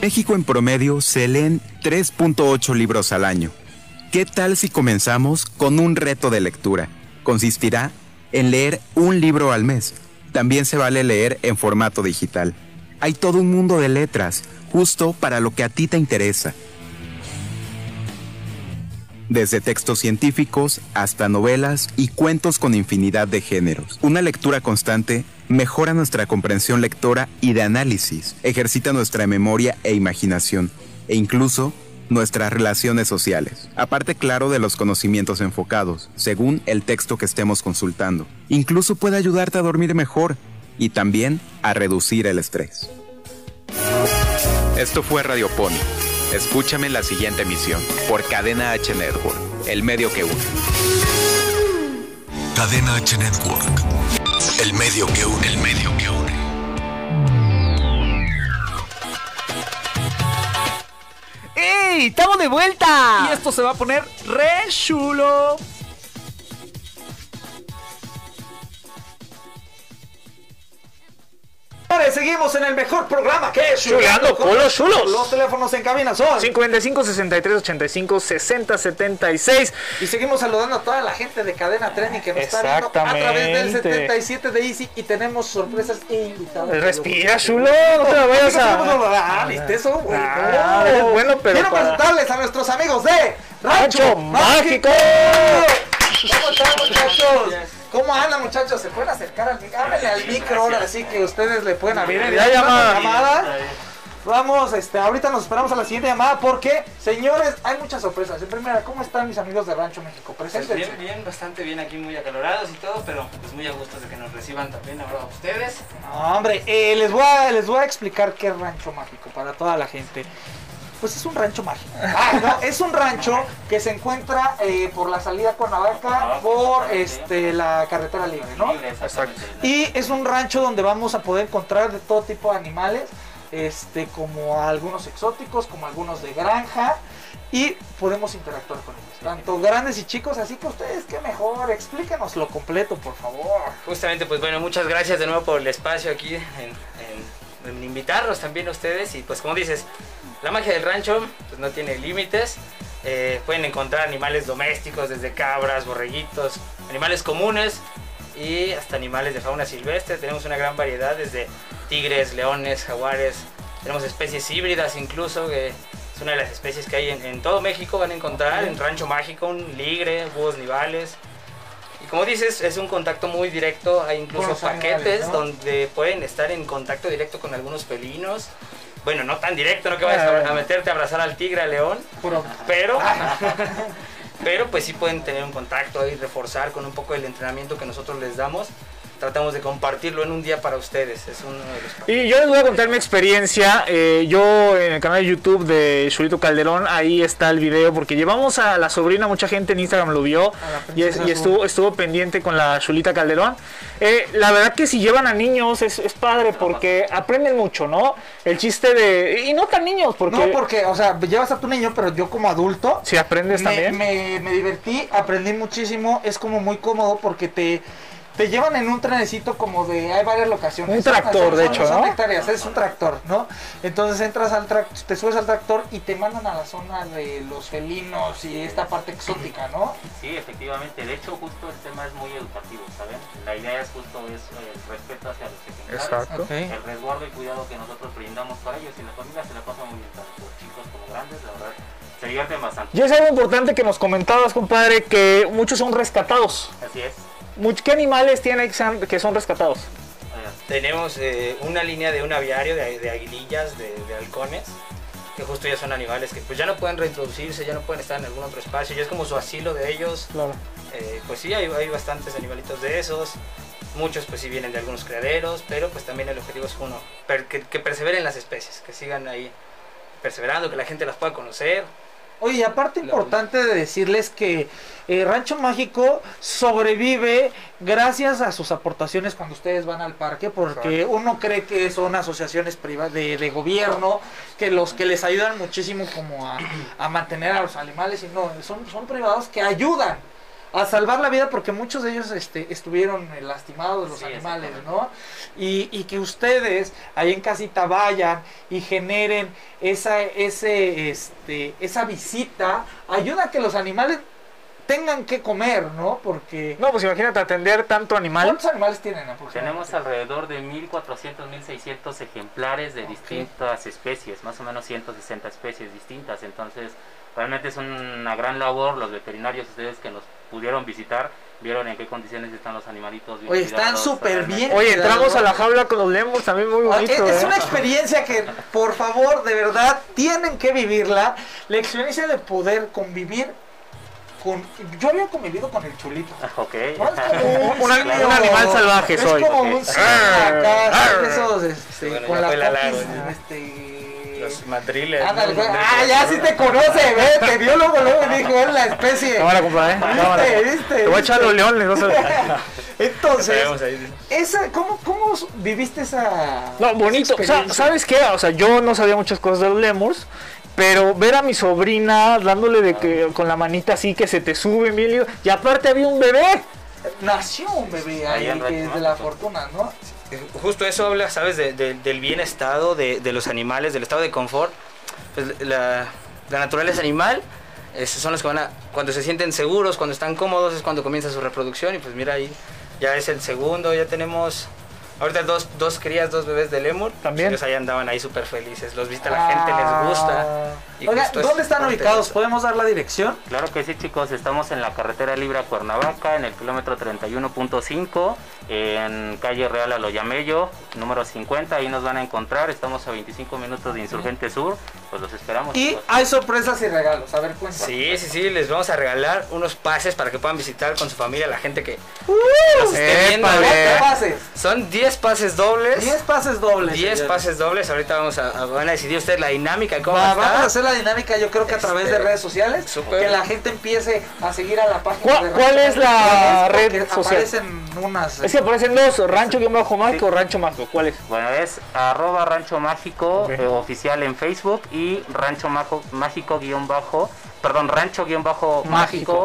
Speaker 7: México en promedio se leen 3.8 libros al año. ¿Qué tal si comenzamos con un reto de lectura? Consistirá en leer un libro al mes. También se vale leer en formato digital. hay todo un mundo de letras, justo para lo que a ti te interesa. Desde textos científicos hasta novelas y cuentos con infinidad de géneros. Una lectura constante mejora nuestra comprensión lectora y de análisis, ejercita nuestra memoria e imaginación, e incluso nuestras relaciones sociales. Aparte, claro, de los conocimientos enfocados, según el texto que estemos consultando. Incluso puede ayudarte a dormir mejor y también a reducir el estrés. Esto fue Radio Pony. Escúchame en la siguiente emisión por Cadena H Network, el medio que une.
Speaker 1: Cadena H Network. El medio que une. El medio que une.
Speaker 3: ¡Ey! ¡Estamos de vuelta! Y esto se va a poner re chulo.
Speaker 2: Señores, seguimos en el mejor programa que es
Speaker 5: Chuleando con los chulos.
Speaker 2: Los teléfonos en cabina son.
Speaker 5: 55 63 85 60 76.
Speaker 2: Y seguimos saludando a toda la gente de Cadena Trending que nos está viendo a través del
Speaker 5: Exactamente.
Speaker 2: 77 de Easy y tenemos sorpresas e invitados.
Speaker 5: Respira, chulo. No te la vayas a.
Speaker 2: Ah, ¿viste eso, güey?
Speaker 5: Ah,
Speaker 2: No.
Speaker 5: es bueno, pero
Speaker 2: Quiero
Speaker 5: para-
Speaker 2: presentarles a nuestros amigos de
Speaker 5: ¡Rancho
Speaker 2: Rancho
Speaker 5: Mágico!
Speaker 2: Mágico. ¿Cómo están, muchachos? ¿Cómo andan, muchachos? ¿Se pueden acercar al micro? Háblenle al micro ahora, así que ustedes le pueden abrir.
Speaker 5: Miren, ya llamada.
Speaker 2: llamada. Vamos, este, ahorita nos esperamos a la siguiente llamada porque, señores, hay muchas sorpresas. En primera, ¿cómo están mis amigos de Rancho México?
Speaker 8: Pues
Speaker 2: Preséntense.
Speaker 8: bien, bien, bastante bien aquí, muy acalorados y todo, pero pues muy a gusto de que nos reciban también ahora a ustedes.
Speaker 2: No, hombre, eh, les, voy a, les voy a explicar qué es rancho mágico para toda la gente. Pues es un rancho
Speaker 8: (laughs)
Speaker 2: mágico. Ah, no, es un rancho que se encuentra eh, por la salida a Cuernavaca, por este, la carretera libre, ¿no?
Speaker 8: Ah, Libre, exactamente, ¿no?
Speaker 2: Y es un rancho donde vamos a poder encontrar de todo tipo de animales, este, como algunos exóticos, como algunos de granja, y podemos interactuar con ellos, tanto grandes y chicos. Así que ustedes, qué mejor, explíquenos lo completo, por favor.
Speaker 8: Justamente, pues bueno, muchas gracias de nuevo por el espacio aquí, en, en- en invitarlos también a ustedes. Y pues como dices, la magia del rancho pues, no tiene límites. Eh, pueden encontrar animales domésticos, desde cabras, borreguitos, animales comunes y hasta animales de fauna silvestre. Tenemos una gran variedad, desde tigres, leones, jaguares. Tenemos especies híbridas incluso, que es una de las especies que hay en, en todo México. Van a encontrar en Rancho Mágico un ligre, búhos nivales, y como dices, es un contacto muy directo. Hay
Speaker 2: Con
Speaker 8: incluso
Speaker 2: los
Speaker 8: paquetes
Speaker 2: animales, ¿no?
Speaker 8: donde pueden estar en contacto directo con algunos felinos. Bueno, no tan directo, no que vayas
Speaker 2: Ah,
Speaker 8: a, a meterte a abrazar al tigre, al león,
Speaker 2: Puro-
Speaker 8: pero, pero pues sí pueden tener un contacto y reforzar con un poco el entrenamiento que nosotros les damos. Tratamos de compartirlo en un día para ustedes. Es uno de los
Speaker 5: Y yo les voy a contar mi experiencia. Eh, yo en el canal de YouTube de Chulito Calderón, ahí está el video, porque llevamos a la sobrina, mucha gente en Instagram lo vio y, es- y estuvo, estuvo pendiente con la Chulita Calderón. Eh, la verdad que si llevan a niños es, es padre porque aprenden mucho, ¿no? El chiste de... Y no tan niños, porque...
Speaker 2: No, porque, o sea, llevas a tu niño, pero yo como adulto.
Speaker 5: Si aprendes
Speaker 2: me,
Speaker 5: también.
Speaker 2: me, me divertí, aprendí muchísimo. Es como muy cómodo porque te. Te llevan en un trenecito como de... Hay varias locaciones.
Speaker 5: Un tractor, de hecho,
Speaker 2: son
Speaker 5: ¿no?
Speaker 2: hectáreas, es un tractor, ¿no? Entonces entras al tractor, te subes al tractor y te mandan a la zona de los felinos y esta parte exótica, ¿no?
Speaker 9: Sí, efectivamente. De hecho, justo el tema es muy educativo, ¿saben? La idea es justo es eh, el respeto hacia los pequeños,
Speaker 5: Exacto.
Speaker 9: el resguardo y cuidado que nosotros brindamos para ellos y la familia se la pasa muy bien, tanto chicos como grandes, la verdad, se divierten bastante.
Speaker 5: Y es algo importante que nos comentabas, compadre, que muchos son rescatados.
Speaker 9: Así es.
Speaker 5: Much- ¿Qué animales tiene que sean- que son rescatados?
Speaker 9: Eh,
Speaker 8: Tenemos eh, una línea de un aviario de, de aguilillas, de, de halcones, que justo ya son animales que pues ya no pueden reintroducirse, ya no pueden estar en algún otro espacio, ya es como su asilo de ellos.
Speaker 5: Claro.
Speaker 8: Eh, pues sí, hay, hay bastantes animalitos de esos, muchos pues sí vienen de algunos criaderos, pero pues también el objetivo es uno, per- que, que perseveren las especies, que sigan ahí perseverando, que la gente las pueda conocer.
Speaker 2: Oye, y aparte importante de decirles que eh, Rancho Mágico sobrevive gracias a sus aportaciones cuando ustedes van al parque, porque uno cree que son asociaciones privadas de, de gobierno, que los que les ayudan muchísimo como a, a mantener a los animales, y no, son, son privados que ayudan a salvar la vida porque muchos de ellos este, estuvieron eh, lastimados los
Speaker 9: Sí,
Speaker 2: animales, ¿no? Y, y que ustedes ahí en casita vayan y generen esa, ese, este, esa visita, ayuda a que los animales tengan que comer, ¿no? Porque...
Speaker 5: No, pues imagínate atender tanto animal.
Speaker 2: ¿Cuántos animales tienen aproximadamente?
Speaker 9: Tenemos alrededor de 1.400, 1.600 ejemplares de
Speaker 2: Ok.
Speaker 9: distintas especies, más o menos 160 especies distintas. Entonces, realmente es una gran labor. Los veterinarios, ustedes que nos pudieron visitar, vieron en qué condiciones están los animalitos. bien
Speaker 2: Oye, están
Speaker 9: cuidados,
Speaker 2: súper
Speaker 9: realmente.
Speaker 2: bien.
Speaker 5: Oye, entramos a la jaula con los lemos, también muy
Speaker 2: Ah,
Speaker 5: bonito.
Speaker 2: es, es
Speaker 5: ¿eh?
Speaker 2: una experiencia que, por favor, de verdad, tienen que vivirla. La experiencia de poder convivir con... Yo había convivido con el chulito.
Speaker 9: (laughs) Ok.
Speaker 2: No, es
Speaker 9: (laughs)
Speaker 2: como
Speaker 5: Un- un
Speaker 2: cerdo.
Speaker 5: animal salvaje
Speaker 2: es
Speaker 5: soy.
Speaker 2: como
Speaker 9: Ok.
Speaker 2: un cerdo acá,
Speaker 5: Arr.
Speaker 2: esos, este,
Speaker 8: Bueno,
Speaker 2: con
Speaker 8: ya
Speaker 2: la
Speaker 8: fue la
Speaker 2: popis,
Speaker 8: larga.
Speaker 2: este...
Speaker 8: Los matriles.
Speaker 2: ándale,
Speaker 8: ¿no?
Speaker 2: güey. Ah, ya sí te conoce, ve, te vio luego, luego y dijo, es la especie.
Speaker 5: Cámara, compa, ¿eh? Cámara.
Speaker 2: ¿Viste? ¿Viste?
Speaker 5: Te voy a echar los leones. vas a ver.
Speaker 2: Entonces,
Speaker 8: Traemos ahí.
Speaker 2: esa, ¿cómo, ¿cómo viviste esa...
Speaker 5: No, bonito.
Speaker 2: esa
Speaker 5: O sea,
Speaker 2: experiencia?
Speaker 5: ¿Sabes qué? O sea, yo no sabía muchas cosas de los lemurs. Pero ver a mi sobrina dándole de que con la manita así que se te sube, Emilio. Y aparte había un bebé.
Speaker 2: Nació un bebé
Speaker 9: Ahí
Speaker 2: ahí,
Speaker 9: en
Speaker 2: que
Speaker 9: Rancho,
Speaker 2: es
Speaker 9: ¿no?
Speaker 2: de la fortuna, ¿no?
Speaker 8: Eh, Justo eso habla, ¿sabes? De- de- del bienestado de, de los animales, del estado de confort. Pues la, la naturaleza animal es- son los que van a. Cuando se sienten seguros, cuando están cómodos, es cuando comienza su reproducción. Y pues mira ahí, ya es el segundo, ya tenemos. Ahorita dos, dos crías, dos bebés de lemur.
Speaker 5: También.
Speaker 8: Ellos ahí andaban ahí súper felices. Los viste a la gente,
Speaker 2: Ah.
Speaker 8: les gusta. Y
Speaker 2: Oiga,
Speaker 8: justo es
Speaker 2: ¿dónde están
Speaker 8: parte de
Speaker 2: ubicados?
Speaker 8: eso.
Speaker 2: ¿Podemos dar la dirección?
Speaker 9: Claro que sí, chicos. Estamos en la carretera libre a Cuernavaca, en el kilómetro 31.5, en calle Real a Loyamello, número 50. Ahí nos van a encontrar. Estamos a 25 minutos de Insurgente Sur. Pues los esperamos.
Speaker 2: Y
Speaker 9: chicos.
Speaker 2: hay sorpresas y regalos. A ver, cuéntanos.
Speaker 8: Sí, sí, sí, les vamos a regalar unos pases para que puedan visitar con su familia la gente que nos esté viendo.
Speaker 5: épale.
Speaker 2: ¿Cuántos
Speaker 8: ahorita.
Speaker 2: pases?
Speaker 8: Son 10 pases dobles.
Speaker 2: 10 pases dobles.
Speaker 8: 10
Speaker 2: señores.
Speaker 8: pases dobles. Ahorita vamos a, a- van a decidir ustedes la dinámica. ¿Cómo
Speaker 2: Va-
Speaker 8: va,
Speaker 2: vamos a
Speaker 8: a estar.
Speaker 2: hacer la dinámica, yo creo que a través
Speaker 8: Este,
Speaker 2: de redes sociales.
Speaker 8: súper.
Speaker 2: Que la gente empiece a seguir a la página.
Speaker 5: ¿Cuál-
Speaker 2: de
Speaker 5: cuál
Speaker 2: Rancho
Speaker 5: es la
Speaker 2: Mágico,
Speaker 5: red
Speaker 2: porque
Speaker 5: social?
Speaker 2: Aparecen unas.
Speaker 5: Es que aparecen dos, rancho guión bajo mágico, rancho mágico. ¿Cuál es?
Speaker 9: Bueno, es arroba rancho mágico
Speaker 5: Ok.
Speaker 9: eh, oficial en Facebook y rancho majo- mágico guión bajo, perdón, rancho guión bajo mágico,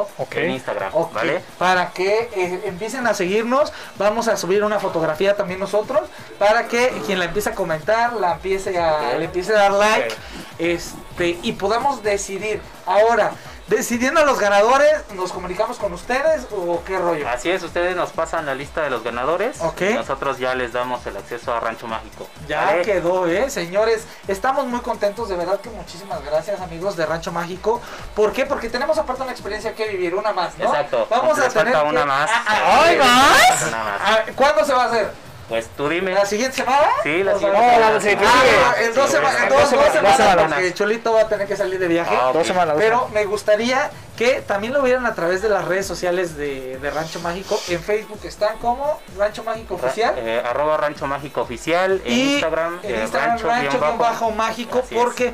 Speaker 5: Mágico, ok.
Speaker 9: en Instagram,
Speaker 2: eh, Ok,
Speaker 9: ¿vale?
Speaker 2: Para que eh, empiecen a seguirnos, vamos a subir una fotografía también nosotros, para que quien la empiece a comentar, la empiece a, le empiece a dar like, este, y podamos decidir. Ahora, decidiendo a los ganadores, ¿nos comunicamos con ustedes o qué rollo?
Speaker 9: Así es, ustedes nos pasan la lista de los ganadores
Speaker 2: Ok.
Speaker 9: y nosotros ya les damos el acceso a Rancho Mágico.
Speaker 2: Ya
Speaker 9: ¿vale?
Speaker 2: quedó, ¿eh? Señores, estamos muy contentos, de verdad que muchísimas gracias, amigos de Rancho Mágico. ¿Por qué? Porque tenemos aparte una experiencia que vivir, una más, ¿no?
Speaker 9: Exacto.
Speaker 2: Vamos
Speaker 9: Nos
Speaker 2: a tener
Speaker 9: falta una
Speaker 2: que-
Speaker 9: más.
Speaker 2: Ah, ah,
Speaker 9: Ay,
Speaker 2: ¿más?
Speaker 9: Una más.
Speaker 2: ah, ¿Cuándo se va a hacer?
Speaker 9: Pues tú dime.
Speaker 2: ¿La siguiente semana?
Speaker 9: Sí, la
Speaker 2: O
Speaker 9: siguiente
Speaker 2: sea,
Speaker 5: No, la siguiente
Speaker 2: Ah,
Speaker 5: sigue.
Speaker 2: en dos
Speaker 9: Sí,
Speaker 2: sema-
Speaker 9: güey.
Speaker 2: en dos-
Speaker 5: Dos
Speaker 2: dos
Speaker 5: semanas, dos
Speaker 2: semanas,
Speaker 5: semanas.
Speaker 2: porque Cholito va a tener que salir de viaje.
Speaker 9: Ah, ok.
Speaker 5: Dos semanas. dos
Speaker 2: Pero
Speaker 5: semanas.
Speaker 2: me gustaría que también lo vieran a través de las redes sociales de, de Rancho Mágico. En Facebook están como Rancho Mágico
Speaker 9: Ra-
Speaker 2: Oficial.
Speaker 9: eh, arroba Rancho Mágico Oficial. En
Speaker 2: y
Speaker 9: Instagram,
Speaker 2: en
Speaker 9: eh,
Speaker 2: Instagram
Speaker 9: guión bajo.
Speaker 2: Mágico
Speaker 9: Así es.
Speaker 2: porque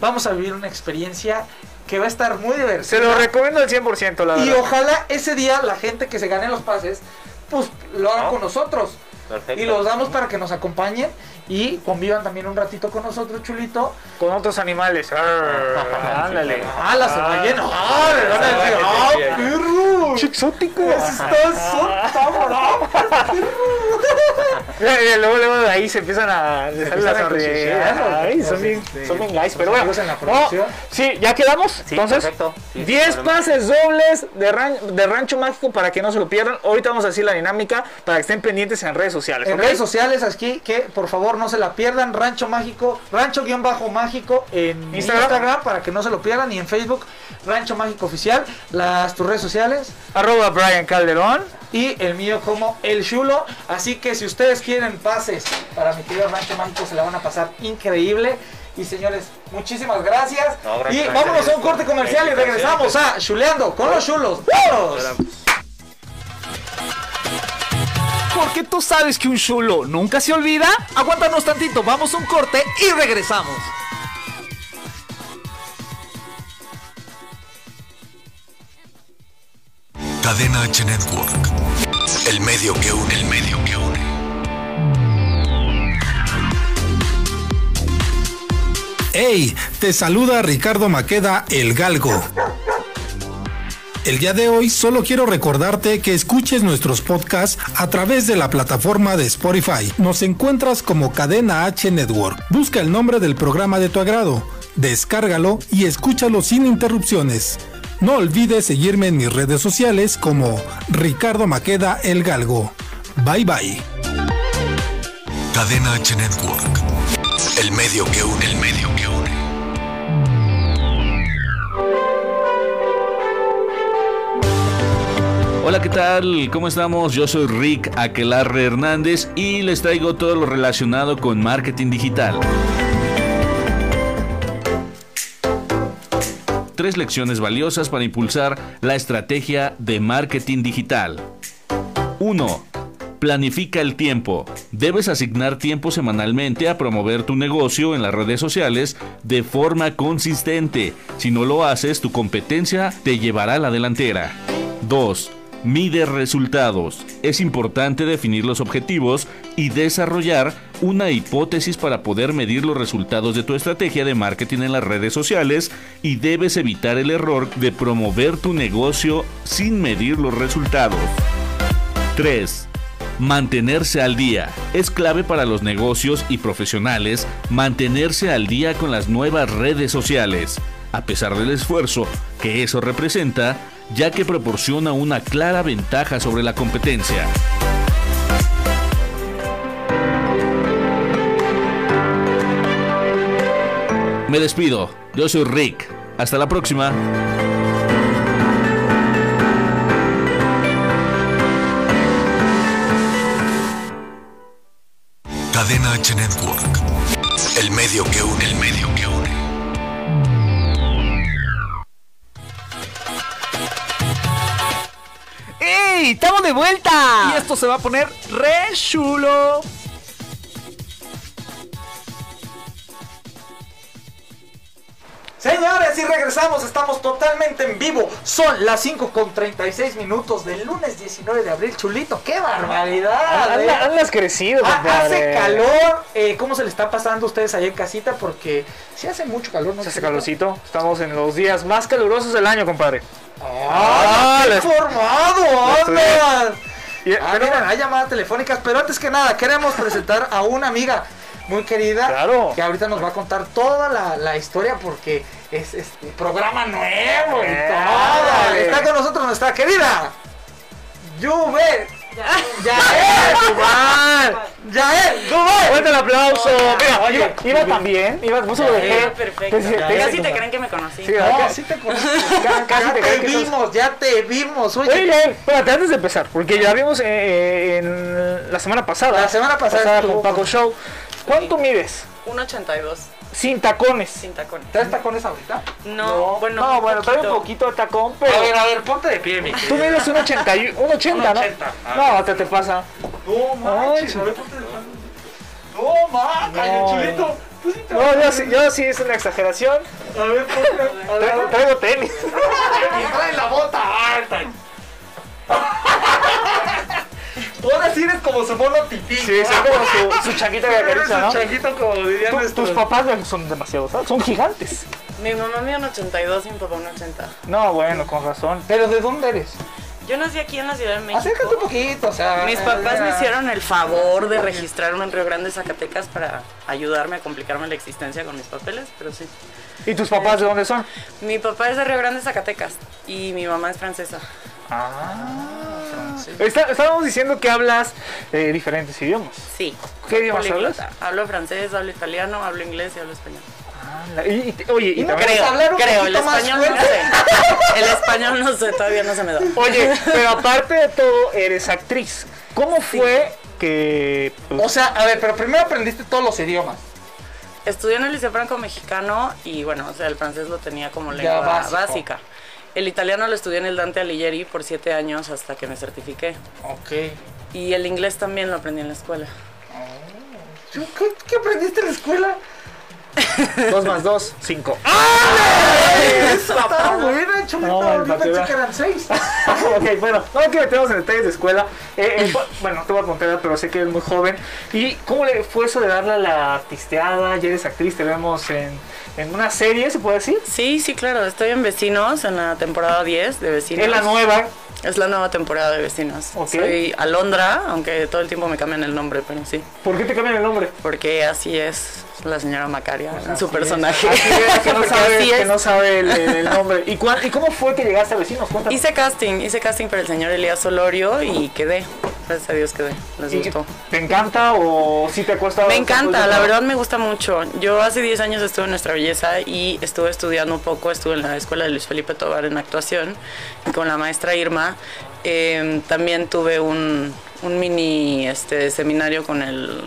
Speaker 2: vamos a vivir una experiencia que va a estar muy divertida.
Speaker 5: Se lo recomiendo al 100%, la
Speaker 2: y
Speaker 5: verdad.
Speaker 2: ojalá ese día la gente que se gane los pases, pues lo haga
Speaker 9: ¿No?
Speaker 2: con nosotros.
Speaker 9: Perfecto.
Speaker 2: Y los damos para que nos acompañen y convivan también un ratito con nosotros, Chulito.
Speaker 5: Con otros
Speaker 2: (laughs)
Speaker 5: animales. Arr, Ándale.
Speaker 2: ¡Ah, la cebolla! ¡No! ¡Le van a decir! ¡Ah,
Speaker 8: cebolla.
Speaker 2: perro!
Speaker 5: ¡Qué exótico!
Speaker 2: ¡Estás sota,
Speaker 5: Mira, mira, Eh, luego, luego de ahí se empiezan a. Les sale la
Speaker 2: empiezan a cuchichear,
Speaker 5: sonrisa. Ay,
Speaker 2: los-
Speaker 5: son bien,
Speaker 2: este,
Speaker 5: son bien guys. Pero
Speaker 2: los
Speaker 5: bueno.
Speaker 2: amigos en la
Speaker 5: no,
Speaker 2: producción.
Speaker 5: sí, ya quedamos.
Speaker 9: Sí,
Speaker 5: Entonces,
Speaker 9: perfecto. Sí,
Speaker 5: 10
Speaker 9: sin problema.
Speaker 5: pases dobles de, ran- de Rancho Mágico para que no se lo pierdan. Ahorita vamos a decir la dinámica para que estén pendientes en redes sociales.
Speaker 2: En
Speaker 5: ¿ok?
Speaker 2: redes sociales aquí, que por favor no se la pierdan. Rancho Mágico, Rancho-Mágico en
Speaker 5: Instagram.
Speaker 2: Instagram. para que no se lo pierdan. Y en Facebook, Rancho Mágico Oficial. Las tus redes sociales.
Speaker 5: Arroba Brian Calderón.
Speaker 2: Y el mío como El Chulo. Así que si ustedes quieren pases para mi querido Rancho Mágico, se la van a pasar increíble. Y señores, muchísimas gracias.
Speaker 9: No,
Speaker 2: y
Speaker 9: gracias,
Speaker 2: vámonos a un
Speaker 9: gracias.
Speaker 2: corte comercial y regresamos a Chuleando con los chulos. ¡Vámonos!
Speaker 3: Porque tú sabes que un chulo nunca se olvida. Aguántanos tantito, vamos a un corte y regresamos.
Speaker 1: Cadena H Network. El medio que une. El medio que une.
Speaker 10: ¡Hey! Te saluda Ricardo Maqueda, el Galgo. El día de hoy solo quiero recordarte que escuches nuestros podcasts a través de la plataforma de Spotify. Nos encuentras como Cadena H Network. Busca el nombre del programa de tu agrado, descárgalo y escúchalo sin interrupciones. No olvides seguirme en mis redes sociales como Ricardo Maqueda El Galgo. Bye bye.
Speaker 1: Cadena H Network. El medio que une, el medio que une.
Speaker 11: Hola, ¿qué tal? ¿Cómo estamos? Yo soy Rick Aquelarre Hernández y les traigo todo lo relacionado con marketing digital. Tres lecciones valiosas para impulsar la estrategia de marketing digital. 1. Planifica el tiempo. Debes asignar tiempo semanalmente a promover tu negocio en las redes sociales de forma consistente. Si no lo haces, tu competencia te llevará a la delantera. 2. Mide resultados. Es importante definir los objetivos y desarrollar una hipótesis para poder medir los resultados de tu estrategia de marketing en las redes sociales y debes evitar el error de promover tu negocio sin medir los resultados. 3. Mantenerse al día. Es clave para los negocios y profesionales mantenerse al día con las nuevas redes sociales, a pesar del esfuerzo que eso representa, ya que proporciona una clara ventaja sobre la competencia. Me despido, yo soy Rick. Hasta la próxima.
Speaker 1: Cadena H Network. El medio que une, el medio que une.
Speaker 12: ¡Ey! ¡Estamos de
Speaker 2: Ah.
Speaker 12: vuelta! Y esto se va a poner re chulo.
Speaker 2: Señores, y regresamos, estamos totalmente en vivo. Son las 5 con 36 minutos del lunes 19 de abril. Chulito, qué barbaridad. eh!
Speaker 8: Anda- Andas crecido,
Speaker 2: Ah,
Speaker 8: compadre.
Speaker 2: hace calor. Eh, ¿Cómo se le está pasando a ustedes ahí en casita? Porque si hace mucho calor, ¿no?
Speaker 8: Se hace
Speaker 2: Chulito?
Speaker 8: calorcito. Estamos en los días más calurosos del año, compadre.
Speaker 2: ¡Ah!
Speaker 8: la-
Speaker 2: ¡Qué formado!
Speaker 8: estoy-
Speaker 2: ¡Andas!
Speaker 8: Y-
Speaker 2: Ah, no, bueno, hay llamadas telefónicas, pero antes que nada queremos presentar a una amiga muy querida
Speaker 8: Claro.
Speaker 2: que ahorita nos va a contar toda la, la historia porque es, es un programa nuevo y
Speaker 8: Eh,
Speaker 2: todo.
Speaker 8: dale.
Speaker 2: Está con nosotros nuestra querida Juve. Ya
Speaker 8: (laughs)
Speaker 2: Yael,
Speaker 8: Fuerte el aplauso.
Speaker 13: Hola.
Speaker 8: Mira, iba, iba tan bien. Iba, no se lo dejé.
Speaker 13: Era perfecto.
Speaker 8: Te- te- te-
Speaker 13: Casi te creen que me conocí.
Speaker 8: Sí,
Speaker 2: No,
Speaker 8: casi-
Speaker 2: Pues sí te conozco.
Speaker 8: ca- casi
Speaker 2: Ya
Speaker 8: te
Speaker 2: te
Speaker 8: creen que sos-
Speaker 2: vimos, ya te vimos. Oye,
Speaker 8: Oye, Yael, espérate, antes de empezar, porque ya vimos eh, eh, en la semana pasada.
Speaker 2: La semana pasada estuvo
Speaker 8: con Paco
Speaker 2: con-
Speaker 8: Show. ¿Cuánto mides?
Speaker 13: 1.82
Speaker 8: Sin tacones.
Speaker 13: sin tacones.
Speaker 2: ¿traes tacones ahorita?
Speaker 13: No, bueno.
Speaker 8: no, bueno, trae un poquito de tacón, pero.
Speaker 2: A ver, a ver, ponte de pie, mi
Speaker 8: Tú mides un 80, y- un 80 ¿no?
Speaker 13: 80, a
Speaker 8: No, hasta te pasa.
Speaker 2: No manches, a ver, ponte de pie. No manches, chulito. Tú sí te
Speaker 8: No, yo sí, yo sí es una exageración.
Speaker 2: A ver, ponte. A ver, a
Speaker 8: Traigo,
Speaker 2: ver.
Speaker 8: traigo tenis.
Speaker 2: trae la bota (laughs) alta. Ahora sí eres como su mono pipí. Ah,
Speaker 8: Sí, son como su, su changuita de
Speaker 2: Eres
Speaker 8: caricia,
Speaker 2: un
Speaker 8: ¿no?
Speaker 2: changuito como dirían
Speaker 8: Tu-
Speaker 2: nuestros-
Speaker 8: tus papás no son demasiados, ¿sabes? son gigantes.
Speaker 13: Mi mamá mide un 82 y mi papá un 80.
Speaker 8: No, bueno, con razón.
Speaker 2: Pero ¿de dónde eres?
Speaker 13: Yo nací aquí en la Ciudad de México.
Speaker 2: Acércate un poquito, o sea.
Speaker 13: Mis papás
Speaker 2: ya.
Speaker 13: me hicieron el favor de registrarme en Río Grande, Zacatecas, para ayudarme a complicarme la existencia con mis papeles, pero sí.
Speaker 8: ¿Y tus papás de dónde son?
Speaker 13: Mi papá es de Río Grande, Zacatecas, y mi mamá es francesa.
Speaker 8: Está- estábamos diciendo que hablas eh, diferentes idiomas.
Speaker 13: Sí.
Speaker 8: ¿Qué idiomas
Speaker 13: Poliglota. Hablo francés, hablo italiano, hablo inglés y hablo español.
Speaker 8: hablas? Y- y te- oye, y
Speaker 2: no
Speaker 8: también-
Speaker 2: ¿Puedes hablar un
Speaker 13: creo, el
Speaker 2: poquito más
Speaker 13: español no
Speaker 2: fuerte?
Speaker 13: sé. El español no sé, todavía no se me da.
Speaker 8: (laughs) oye, pero aparte de todo, eres actriz. ¿Cómo fue que pues,
Speaker 2: O sea, a ver, pero primero aprendiste todos los idiomas.
Speaker 13: Estudié en el Liceo Franco Mexicano y bueno, o sea, el francés lo tenía como
Speaker 2: Ya
Speaker 13: lengua
Speaker 2: básico.
Speaker 13: básica. El italiano lo estudié en el Dante Alighieri por siete años hasta que me certifiqué.
Speaker 2: Ok.
Speaker 13: Y el inglés también lo aprendí en la escuela.
Speaker 2: ¿Qué, qué aprendiste en la escuela?
Speaker 8: 2 más 2, 5?
Speaker 2: Eso estaba buena, chulito.
Speaker 8: No, bueno,
Speaker 2: Yo
Speaker 8: para que
Speaker 2: pensé
Speaker 8: vea.
Speaker 2: que eran (laughs) seis.
Speaker 8: Ah, (laughs) ok, bueno, no que metemos en detalles de escuela. Eh, (laughs) eh, bu- bueno, te voy a contar, pero sé que eres muy joven. ¿Y cómo le fue eso de darle a la artisteada? Ya eres actriz, te vemos en, en una serie, ¿se puede decir?
Speaker 13: Sí, sí, claro. Estoy en Vecinos, en la temporada 10 de Vecinos.
Speaker 8: Es la nueva.
Speaker 13: Es la nueva temporada de Vecinos. Soy Alondra, aunque todo el tiempo me cambian el nombre, pero sí.
Speaker 5: ¿Por qué te cambian el nombre?
Speaker 13: Porque así es la señora Macaria en
Speaker 5: Así
Speaker 13: su personaje.
Speaker 5: es, así es, Ah, (laughs) que no
Speaker 13: (laughs) Porque
Speaker 5: sabe,
Speaker 13: así
Speaker 5: que
Speaker 13: es.
Speaker 5: no sabe el, el- el nombre. ¿Y, cuál- ¿Y cómo fue que llegaste a Vecinos? Cuéntame.
Speaker 13: Hice casting, hice casting para el señor Elías Solorio y quedé. Gracias a Dios quedé. Les
Speaker 5: ¿Y
Speaker 13: gustó.
Speaker 5: ¿Te encanta o pues, si te cuesta?
Speaker 13: Me encanta, la verdad me gusta mucho. Yo hace 10 años estuve en Nuestra Belleza y estuve estudiando un poco, estuve en la escuela de Luis Felipe Tobar en actuación y con la maestra Irma. Eh, también tuve un, un mini este, seminario con el,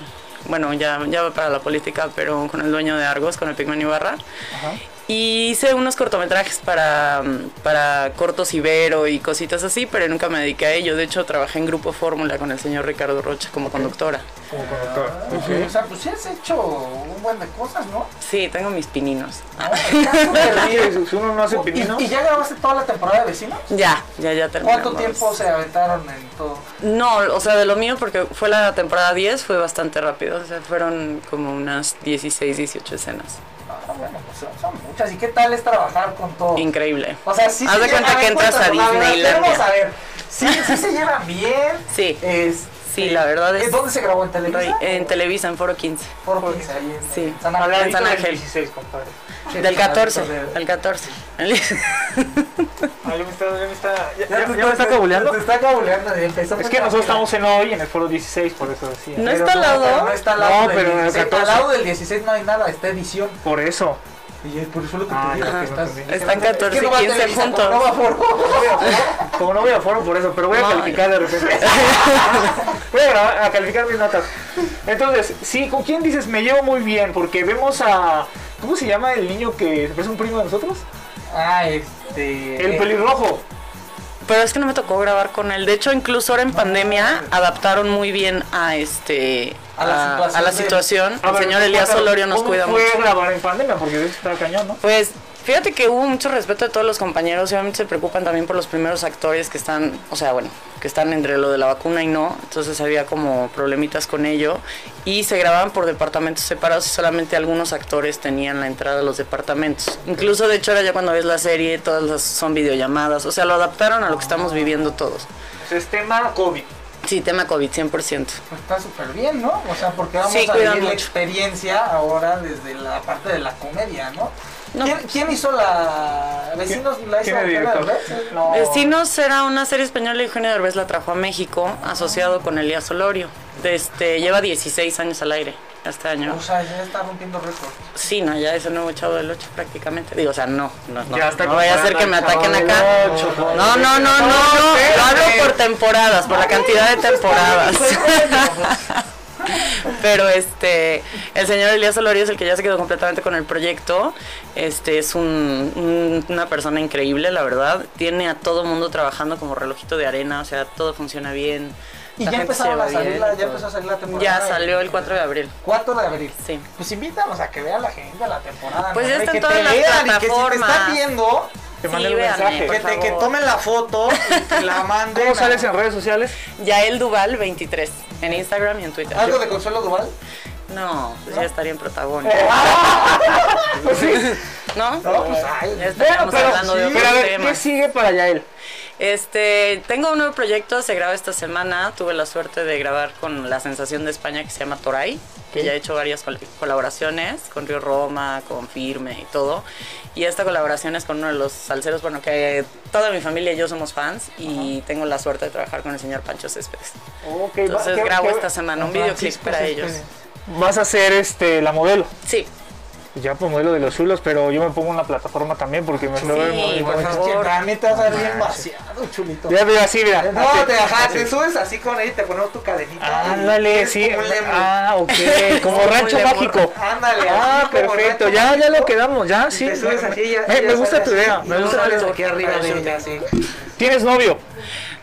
Speaker 13: bueno, ya, ya va para la política, pero con el dueño de Argos, con el Pigmen Ibarra. Y hice unos cortometrajes para, mm, para cortos Ibero y cositas así, pero nunca me dediqué a ello. De hecho, trabajé en Grupo Fórmula con el señor Ricardo Rocha como conductora.
Speaker 2: Como conductor.
Speaker 13: Ujú.
Speaker 2: O sea, pues sí has hecho un buen de cosas, ¿no?
Speaker 13: Sí, tengo mis pininos.
Speaker 5: uno no hace
Speaker 13: pininos.
Speaker 2: ¿Y, y ya grabaste toda la temporada de vecinos?
Speaker 13: (laughs) Ya, ya, ya terminamos.
Speaker 2: ¿Cuánto tiempo se aventaron en todo?
Speaker 13: No, o sea, de lo mío, porque fue la temporada 10, fue bastante rápido. O sea, fueron como unas 16, 18 escenas.
Speaker 2: Ah, bueno, pues son- son muchas. ¿Y qué tal es trabajar con todo?
Speaker 13: Increíble.
Speaker 2: O sea, sí
Speaker 13: Haz
Speaker 2: se
Speaker 13: de
Speaker 2: lleva-
Speaker 13: cuenta
Speaker 2: ver,
Speaker 13: que entras a
Speaker 2: cuéntanos, ver,
Speaker 13: Disneylandia.
Speaker 2: Queremos saber. Sí, sí se llevan bien.
Speaker 13: Sí.
Speaker 2: sí,
Speaker 13: la verdad es.
Speaker 2: ¿Dónde se grabó en Televisa?
Speaker 13: En Televisa, en Foro 15.
Speaker 2: Foro 15, ahí en,
Speaker 13: Sí,
Speaker 2: San Ángel.
Speaker 13: en San Ángel. Del 14, del 14.
Speaker 5: Ah, ya me está, ya me está, ya, ya-
Speaker 2: Ya te
Speaker 5: ya me
Speaker 2: está-
Speaker 5: está cabuleando.
Speaker 2: te está cabuleando desde el peso.
Speaker 5: Es que nosotros estamos en hoy, en el foro 16, por eso decía.
Speaker 2: Pero pero No está al lado,
Speaker 5: No,
Speaker 2: del
Speaker 5: pero en el
Speaker 2: 16.
Speaker 5: 14.
Speaker 2: Al lado del 16 no hay nada, está edición.
Speaker 5: Por eso.
Speaker 2: Y es por eso lo que
Speaker 5: Ah,
Speaker 2: te
Speaker 5: ya,
Speaker 2: digo.
Speaker 5: que
Speaker 2: que estás-
Speaker 5: entendí.
Speaker 2: Es que no- es que no va a Televisa, como No va a Foro.
Speaker 5: Como no voy a foro por eso, pero voy a
Speaker 2: No,
Speaker 5: calificar de repente. voy a, grabar- a calificar mis notas. Entonces, sí, ¿con quién dices me llevo muy bien? Porque vemos a. ¿Cómo se llama el niño que es un primo de nosotros?
Speaker 2: Ah, este.
Speaker 13: Eh,
Speaker 5: El pelirrojo.
Speaker 13: (laughs) Pero es que no me tocó grabar con él. De hecho, incluso ahora en pandemia adaptaron muy bien a este a, a la situación.
Speaker 5: A
Speaker 13: El
Speaker 5: ver,
Speaker 13: señor Elías
Speaker 5: cuéntanos,
Speaker 13: Solorio nos
Speaker 5: ¿cómo
Speaker 13: cuida
Speaker 5: fue
Speaker 13: mucho.
Speaker 5: grabar en pandemia? Porque está cañón, ¿no?
Speaker 13: Pues fíjate que hubo mucho respeto de todos los compañeros y obviamente se preocupan también por los primeros actores que están, o sea, bueno, que están entre lo de la vacuna y no, entonces había como problemitas con ello y se grababan por departamentos separados y solamente algunos actores tenían la entrada a los departamentos. Incluso de hecho ahora ya cuando ves la serie todas las son videollamadas, o sea, lo adaptaron a lo que estamos viviendo todos.
Speaker 5: Es tema COVID.
Speaker 13: Sí, tema COVID 100%.
Speaker 2: pues Está súper bien, ¿no? O sea, porque vamos
Speaker 13: Sí,
Speaker 2: a
Speaker 13: cuidan
Speaker 2: vivir la
Speaker 13: mucho.
Speaker 2: experiencia ahora desde la parte de la comedia, ¿no? ¿Quién,
Speaker 13: pues.
Speaker 2: quién hizo la. Vecinos la
Speaker 5: quién
Speaker 2: hizo
Speaker 5: es
Speaker 2: Eugenio
Speaker 5: director?
Speaker 2: Derbez?
Speaker 13: Eh, Vecinos era una serie española y Eugenio Derbez la trajo a México, asociado con Elías Solorio. Este, lleva 16 años al aire este año.
Speaker 2: O sea, ya está rompiendo récord.
Speaker 13: Sí, no, ya es el nuevo Chavo del 8 prácticamente. Digo, o sea, no, no, no,
Speaker 2: Ya está
Speaker 13: no vaya a ser que me ataquen
Speaker 2: comparando al
Speaker 13: acá.
Speaker 2: Chavo del Ocho,
Speaker 13: No, no, no, no, no, lo hablo por temporadas, por la cantidad de
Speaker 2: (laughs)
Speaker 13: temporadas. Pero este, el señor Elías Solorio es el que ya se quedó completamente con el proyecto. Este es un- un- una persona increíble, la verdad. Tiene a todo mundo trabajando como relojito de arena, o sea, todo funciona bien.
Speaker 2: Y
Speaker 13: la
Speaker 2: ya
Speaker 13: gente se
Speaker 2: empezaron
Speaker 13: lleva
Speaker 2: a salir,
Speaker 13: bien,
Speaker 2: la, ya
Speaker 13: todo.
Speaker 2: empezó a salir la temporada.
Speaker 13: Ya
Speaker 2: de-
Speaker 13: salió el 4 de abril.
Speaker 2: 4 de abril.
Speaker 13: Sí.
Speaker 2: Pues invítanos a que vea la gente la temporada.
Speaker 13: Pues
Speaker 2: ¿no?
Speaker 13: ya
Speaker 2: Y
Speaker 13: está
Speaker 2: que
Speaker 13: en todas
Speaker 2: te
Speaker 13: las
Speaker 2: vean y Que si te
Speaker 13: plataformas.
Speaker 2: están viendo,
Speaker 13: Te Sí, manden un véanme, mensaje. por
Speaker 2: Que, te, que
Speaker 13: favor.
Speaker 2: tomen la foto y que la manden.
Speaker 13: ¿Cómo sales
Speaker 5: en redes sociales?
Speaker 13: Yael Duval 23 en Instagram y en Twitter.
Speaker 2: ¿Algo de Eh, Consuelo Duval?
Speaker 13: No, pues ya estaría en protagónico.
Speaker 5: (laughs)
Speaker 13: ¿No?
Speaker 2: No, pues, ay.
Speaker 13: Ya
Speaker 5: Bueno, Pues
Speaker 13: estaríamos
Speaker 5: pero
Speaker 13: hablando de
Speaker 5: sí.
Speaker 13: otros
Speaker 5: Pero a ver, ¿qué
Speaker 13: temas.
Speaker 5: sigue para Yael?
Speaker 13: Este, tengo un nuevo proyecto, se graba esta semana. Tuve la suerte de grabar con La Sensación de España que se llama Toray, que
Speaker 5: Ok.
Speaker 13: ya he hecho varias col- colaboraciones con Río Roma, con Firme y todo. Y esta colaboración es con uno de los salseros, bueno, que toda mi familia y yo somos fans y tengo la suerte de trabajar con el señor Pancho Céspedes.
Speaker 5: Ok, va-
Speaker 13: Entonces
Speaker 5: ¿qué- pues,
Speaker 13: grabo
Speaker 5: qué-
Speaker 13: esta semana un
Speaker 5: Francisco
Speaker 13: videoclip para
Speaker 5: Céspedes.
Speaker 13: ellos.
Speaker 5: Vas a ser este, la modelo.
Speaker 13: Sí.
Speaker 5: Ya por modelo de los chulos, pero yo me pongo en la plataforma también porque me lo veo muy-
Speaker 2: pues es que la neta vas a salir demasiado chulito.
Speaker 5: Ya veo así, mira.
Speaker 2: No, te, ajá, te subes así con ella y te ponemos tu cadenita.
Speaker 5: Ah, Ándale, sí.
Speaker 2: como un lemur.
Speaker 5: Ah,
Speaker 13: (laughs)
Speaker 5: ok. Como
Speaker 2: Como
Speaker 5: rancho
Speaker 2: un lemur.
Speaker 5: mágico.
Speaker 2: Ándale,
Speaker 5: Ah,
Speaker 2: así como
Speaker 5: perfecto.
Speaker 2: rancho
Speaker 5: Ya, ya lo
Speaker 2: mágico.
Speaker 5: quedamos, ya, sí.
Speaker 2: Te subes así y ya-
Speaker 5: Me,
Speaker 2: ya
Speaker 5: me gusta
Speaker 2: sales
Speaker 5: tu
Speaker 2: así.
Speaker 5: idea. Me
Speaker 2: No
Speaker 5: gusta
Speaker 2: sales
Speaker 5: tu
Speaker 2: aquí arriba de ella, sí.
Speaker 5: ¿Tienes novio?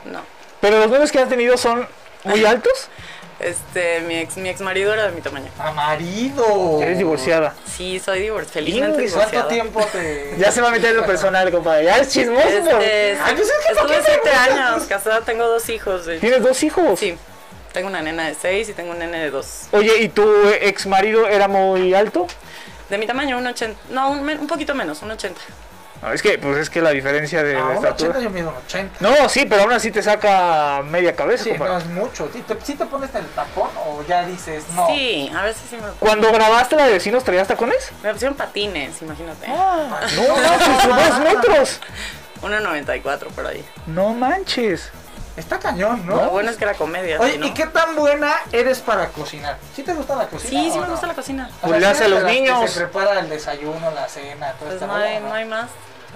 Speaker 13: No.
Speaker 5: Pero los novios que has tenido son muy altos.
Speaker 13: Este, mi ex, mi ex marido era de mi tamaño.
Speaker 2: ¡A marido!
Speaker 5: Eres divorciada.
Speaker 13: Sí, soy divorciada. Felizmente
Speaker 5: Inguis,
Speaker 13: divorciada.
Speaker 2: te.?
Speaker 5: Ya se va a meter en lo personal, compadre. Ya es chismoso.
Speaker 13: Este,
Speaker 2: Ah,
Speaker 5: Ay, pues es que ¿por qué
Speaker 13: estuve
Speaker 5: te
Speaker 13: siete
Speaker 5: gusta?
Speaker 13: años casada, tengo dos hijos. de hecho.
Speaker 5: ¿Tienes dos hijos?
Speaker 13: Sí. Tengo una nena de seis y tengo un nene de dos.
Speaker 5: Oye, ¿y tu ex marido era muy alto?
Speaker 13: De mi tamaño, un 80. No, un, men- un poquito menos, un 80.
Speaker 5: No, es que, pues es que la diferencia de la
Speaker 2: A
Speaker 5: estatura.
Speaker 2: 1,80 yo mido un 80.
Speaker 5: No, sí, pero aún así te saca media cabeza.
Speaker 2: Sí,
Speaker 5: compadre.
Speaker 2: no es mucho. Si te, sí te pones el tapón o ya dices no.
Speaker 13: Sí, a veces sí me lo pongo.
Speaker 5: Cuando grabaste la de vecinos, ¿traías tacones?
Speaker 13: Me pusieron patines, imagínate.
Speaker 2: Ah.
Speaker 5: No, manches, dos metros.
Speaker 13: 1.94 por ahí.
Speaker 5: No manches.
Speaker 2: Está cañón, ¿no?
Speaker 13: Lo bueno es que era comedia.
Speaker 2: Oye,
Speaker 13: si no-
Speaker 2: ¿y qué tan buena eres para cocinar? ¿Sí te gusta la cocina?
Speaker 13: Sí, sí
Speaker 2: o
Speaker 13: me
Speaker 2: no?
Speaker 13: gusta la cocina.
Speaker 2: O sea, sí eres de las que
Speaker 13: Pues
Speaker 2: Se prepara el desayuno, la cena, todo este
Speaker 13: no hay, no hay más.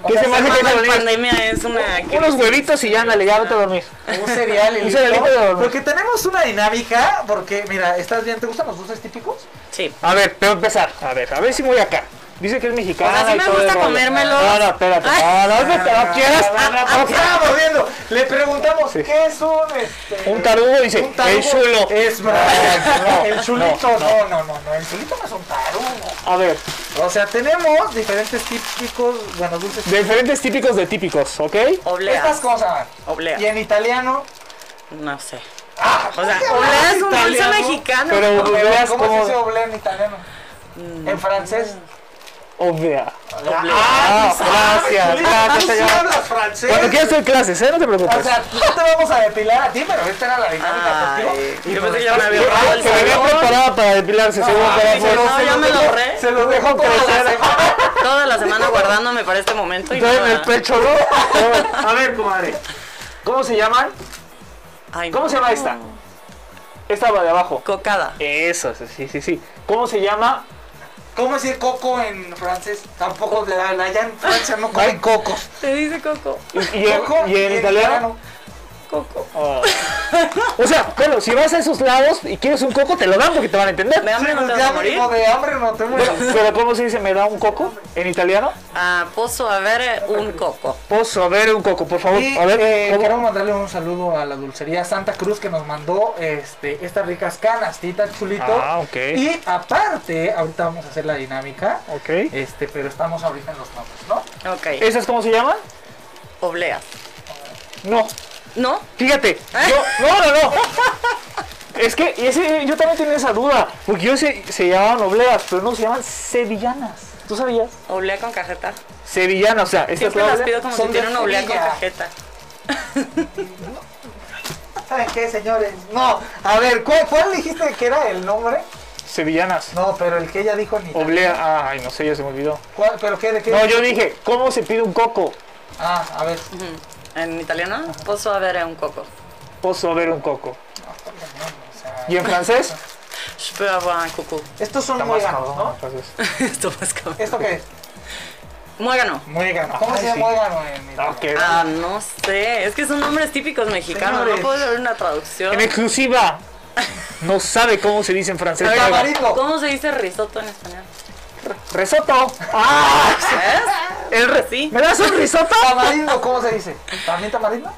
Speaker 2: ¿Qué se me hace que
Speaker 13: la
Speaker 2: te olvidas?
Speaker 13: pandemia es una...
Speaker 5: Unos huevitos y ya, ándale, ya vete a dormir.
Speaker 2: Un cereal,
Speaker 5: Un
Speaker 2: el
Speaker 5: cerealito de dormir.
Speaker 2: Porque tenemos una dinámica, porque mira, ¿estás bien? ¿Te gustan los dulces típicos?
Speaker 13: Sí.
Speaker 5: A ver, pero empezar. A ver, a ver si voy acá. Dice que es mexicano.
Speaker 2: Pues así me gusta comérmelos.
Speaker 5: No, no, espérate. Ah, No, no, no, no, no quieras.
Speaker 2: Ah, Estamos viendo. Le preguntamos, ¿qué es un este?
Speaker 5: Un tarugo dice,
Speaker 2: un tarugo?
Speaker 5: el chulo.
Speaker 2: Es
Speaker 5: No,
Speaker 2: el chulito, no, no, no, no, el chulito no es un tarugo.
Speaker 5: A ver.
Speaker 2: O sea, tenemos diferentes típicos, bueno, dulces
Speaker 5: Diferentes típicos de típicos, ¿ok?
Speaker 13: Obleas.
Speaker 2: Estas cosas.
Speaker 13: Obleas.
Speaker 2: Y en italiano.
Speaker 13: No sé.
Speaker 2: O
Speaker 13: sea, obleas es un dulce mexicano. Pero obleas
Speaker 2: ¿Cómo
Speaker 13: como-
Speaker 2: se dice oblea en italiano? En francés.
Speaker 5: Oblea.
Speaker 2: Ah,
Speaker 5: Mm. Ah,
Speaker 2: sí
Speaker 5: gracias,
Speaker 2: sabes,
Speaker 5: gracias,
Speaker 2: tú sí
Speaker 5: señor.
Speaker 2: hablas francés.
Speaker 5: Cuando quieras doy clases, ¿eh? No te preocupes.
Speaker 2: O sea, no te vamos a depilar a ti, pero esta era la dinámica contigo.
Speaker 13: Yo pensé que ya me había ahorrado el
Speaker 5: Se me había
Speaker 13: salón.
Speaker 5: preparado para depilarse,
Speaker 13: No,
Speaker 5: según
Speaker 2: Ah,
Speaker 5: para
Speaker 13: sí, no, yo me lo ahorré.
Speaker 2: Se lo dejó crecer.
Speaker 13: Toda la semana guardándome para este momento. Y
Speaker 5: Todo en
Speaker 13: nada.
Speaker 5: el pecho,
Speaker 2: (laughs)
Speaker 5: ¿no? A ver, comadre. ¿Cómo se llaman?
Speaker 13: Ay,
Speaker 5: ¿Cómo se llama
Speaker 13: no.
Speaker 5: esta? Esta va de abajo.
Speaker 13: Cocada.
Speaker 5: Eso, sí, sí, sí. ¿Cómo se llama?
Speaker 2: ¿Cómo decir coco en francés? Tampoco le dan. Allá en Francia no comen cocos.
Speaker 13: Te dice Coco.
Speaker 5: ¿Y, y en,
Speaker 2: Coco
Speaker 5: y en
Speaker 2: y en
Speaker 5: italiano?
Speaker 13: Coco.
Speaker 5: Ah. O sea, bueno, si vas a esos lados y quieres un coco, te lo dan porque te van a entender.
Speaker 13: De hambre no te vas a morir.
Speaker 2: Digo, de hambre no te mueres.
Speaker 5: Pero, pero ¿cómo se dice me da un coco en italiano?
Speaker 13: Ah, posso haber un coco.
Speaker 5: Posso a ver un coco, por favor.
Speaker 2: Y
Speaker 5: Pues, a ver,
Speaker 2: eh,
Speaker 5: ¿cómo?
Speaker 2: queremos mandarle un saludo a la dulcería Santa Cruz que nos mandó este, estas ricas canastitas, chulito.
Speaker 5: Ah, ok.
Speaker 2: Y aparte, ahorita vamos a hacer la dinámica,
Speaker 5: Ok.
Speaker 2: este, pero estamos ahorita en los nombres, ¿no?
Speaker 13: Ok.
Speaker 5: ¿Esas cómo se llaman?
Speaker 13: Obleas.
Speaker 5: No.
Speaker 13: ¿No?
Speaker 5: Fíjate, yo, no, no, no. Es que ese, yo también tenía esa duda, porque yo sé, se llamaban obleas, pero no se llaman sevillanas. ¿Tú sabías?
Speaker 13: Oblea con cajeta.
Speaker 5: Sevillanas, o sea, esta
Speaker 13: Siempre las pido como
Speaker 2: Son
Speaker 13: si
Speaker 2: de
Speaker 13: tiene una oblea con
Speaker 2: Sevilla.
Speaker 13: cajeta.
Speaker 2: ¿Saben qué, señores? No, a ver, ¿cuál, cuál dijiste que era el nombre?
Speaker 5: Sevillanas.
Speaker 2: No, pero el que ella dijo ni.
Speaker 5: Oblea, ay, no sé, ya se me olvidó.
Speaker 2: ¿Cuál- ¿Pero qué? ¿De qué?
Speaker 5: No, yo dije, ¿cómo se pide un coco?
Speaker 2: Ah, a ver.
Speaker 13: En italiano, posso avere un coco.
Speaker 5: Posso ver un coco. ¿Y en francés?
Speaker 13: Je peux avoir un coco.
Speaker 2: Estos son muéganos, ¿no?
Speaker 13: (laughs) Esto más cabrón.
Speaker 2: ¿Esto qué es?
Speaker 13: Muégano.
Speaker 2: Muégano. ¿Cómo
Speaker 5: Ay,
Speaker 2: se llama
Speaker 5: sí.
Speaker 2: muégano en italiano?
Speaker 5: Ok.
Speaker 13: Ah, no sé. Es que son nombres típicos mexicanos.
Speaker 2: Señores.
Speaker 13: No puedo ver una traducción.
Speaker 5: En exclusiva. No sabe cómo se dice en francés.
Speaker 2: ver,
Speaker 5: Paga.
Speaker 2: Tamarindo.
Speaker 13: ¿Cómo se dice risotto en español?
Speaker 5: Risotto. ¡Ah! (laughs)
Speaker 13: ¿Ves?
Speaker 5: El re-
Speaker 13: Sí.
Speaker 5: ¿Me das un risotto?
Speaker 2: Tamarindo, ¿cómo se dice? ¿También tamarindo?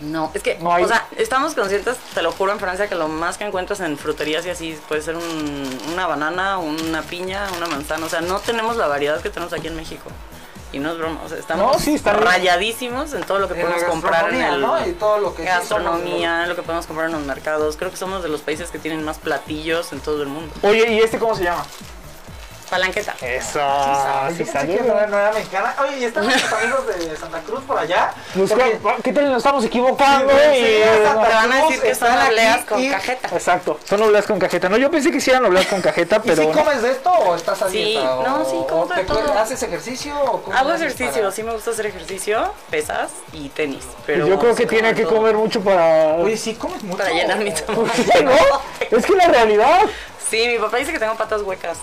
Speaker 13: No, es que,
Speaker 5: No hay-
Speaker 13: o sea, estamos conscientes, te lo juro, en Francia que lo más que encuentras en fruterías y así puede ser un- una banana, una piña, una manzana. O sea, no tenemos la variedad que tenemos aquí en México. Y no es broma, o sea, estamos
Speaker 5: No, sí, está bien.
Speaker 13: rayadísimos en todo lo que
Speaker 2: En la
Speaker 13: podemos comprar en
Speaker 2: gastronomía,
Speaker 13: el
Speaker 2: ¿no? Y todo lo que sí
Speaker 13: gastronomía, lo que podemos comprar en los mercados. Creo que somos de los países que tienen más platillos en todo el mundo.
Speaker 5: Oye, ¿y este cómo se llama?
Speaker 13: Palanqueta.
Speaker 5: Eso.
Speaker 2: somos-
Speaker 5: Ah, Sí,
Speaker 2: Yo pensé
Speaker 5: salió.
Speaker 2: que no era- no era mexicana. Oye, ¿y
Speaker 13: (laughs)
Speaker 2: están los amigos de Santa Cruz por allá?
Speaker 5: Nos-
Speaker 2: Porque-
Speaker 5: ¿Qué tal? Nos estamos equivocando. eh?
Speaker 2: Sí,
Speaker 5: y-
Speaker 2: sí,
Speaker 13: Te van a decir que son
Speaker 2: Están
Speaker 13: obleas
Speaker 2: aquí
Speaker 13: con
Speaker 2: y-
Speaker 13: cajeta.
Speaker 5: Exacto. Son obleas con cajeta. No, yo pensé que sí eran obleas con cajeta,
Speaker 2: ¿Y
Speaker 5: pero.
Speaker 2: si
Speaker 5: no.
Speaker 2: comes de esto o estás a
Speaker 13: Sí,
Speaker 2: dieta? o-
Speaker 13: no, sí, como
Speaker 2: o
Speaker 13: de
Speaker 2: te
Speaker 13: todo.
Speaker 2: cuidas? ¿Haces ejercicio o cómo
Speaker 13: Hago
Speaker 2: haces
Speaker 13: ejercicio,
Speaker 2: para-
Speaker 13: sí me gusta hacer ejercicio, pesas y tenis. Pero
Speaker 5: Pues Yo creo que
Speaker 13: sí,
Speaker 5: tiene que
Speaker 13: todo.
Speaker 5: comer mucho para. (laughs)
Speaker 2: Oye, sí, comes mucho.
Speaker 13: Para llenar mi
Speaker 5: ¿Por
Speaker 13: tamaño.
Speaker 5: qué no? Es que la realidad.
Speaker 13: Sí, mi papá dice que tengo patas huecas.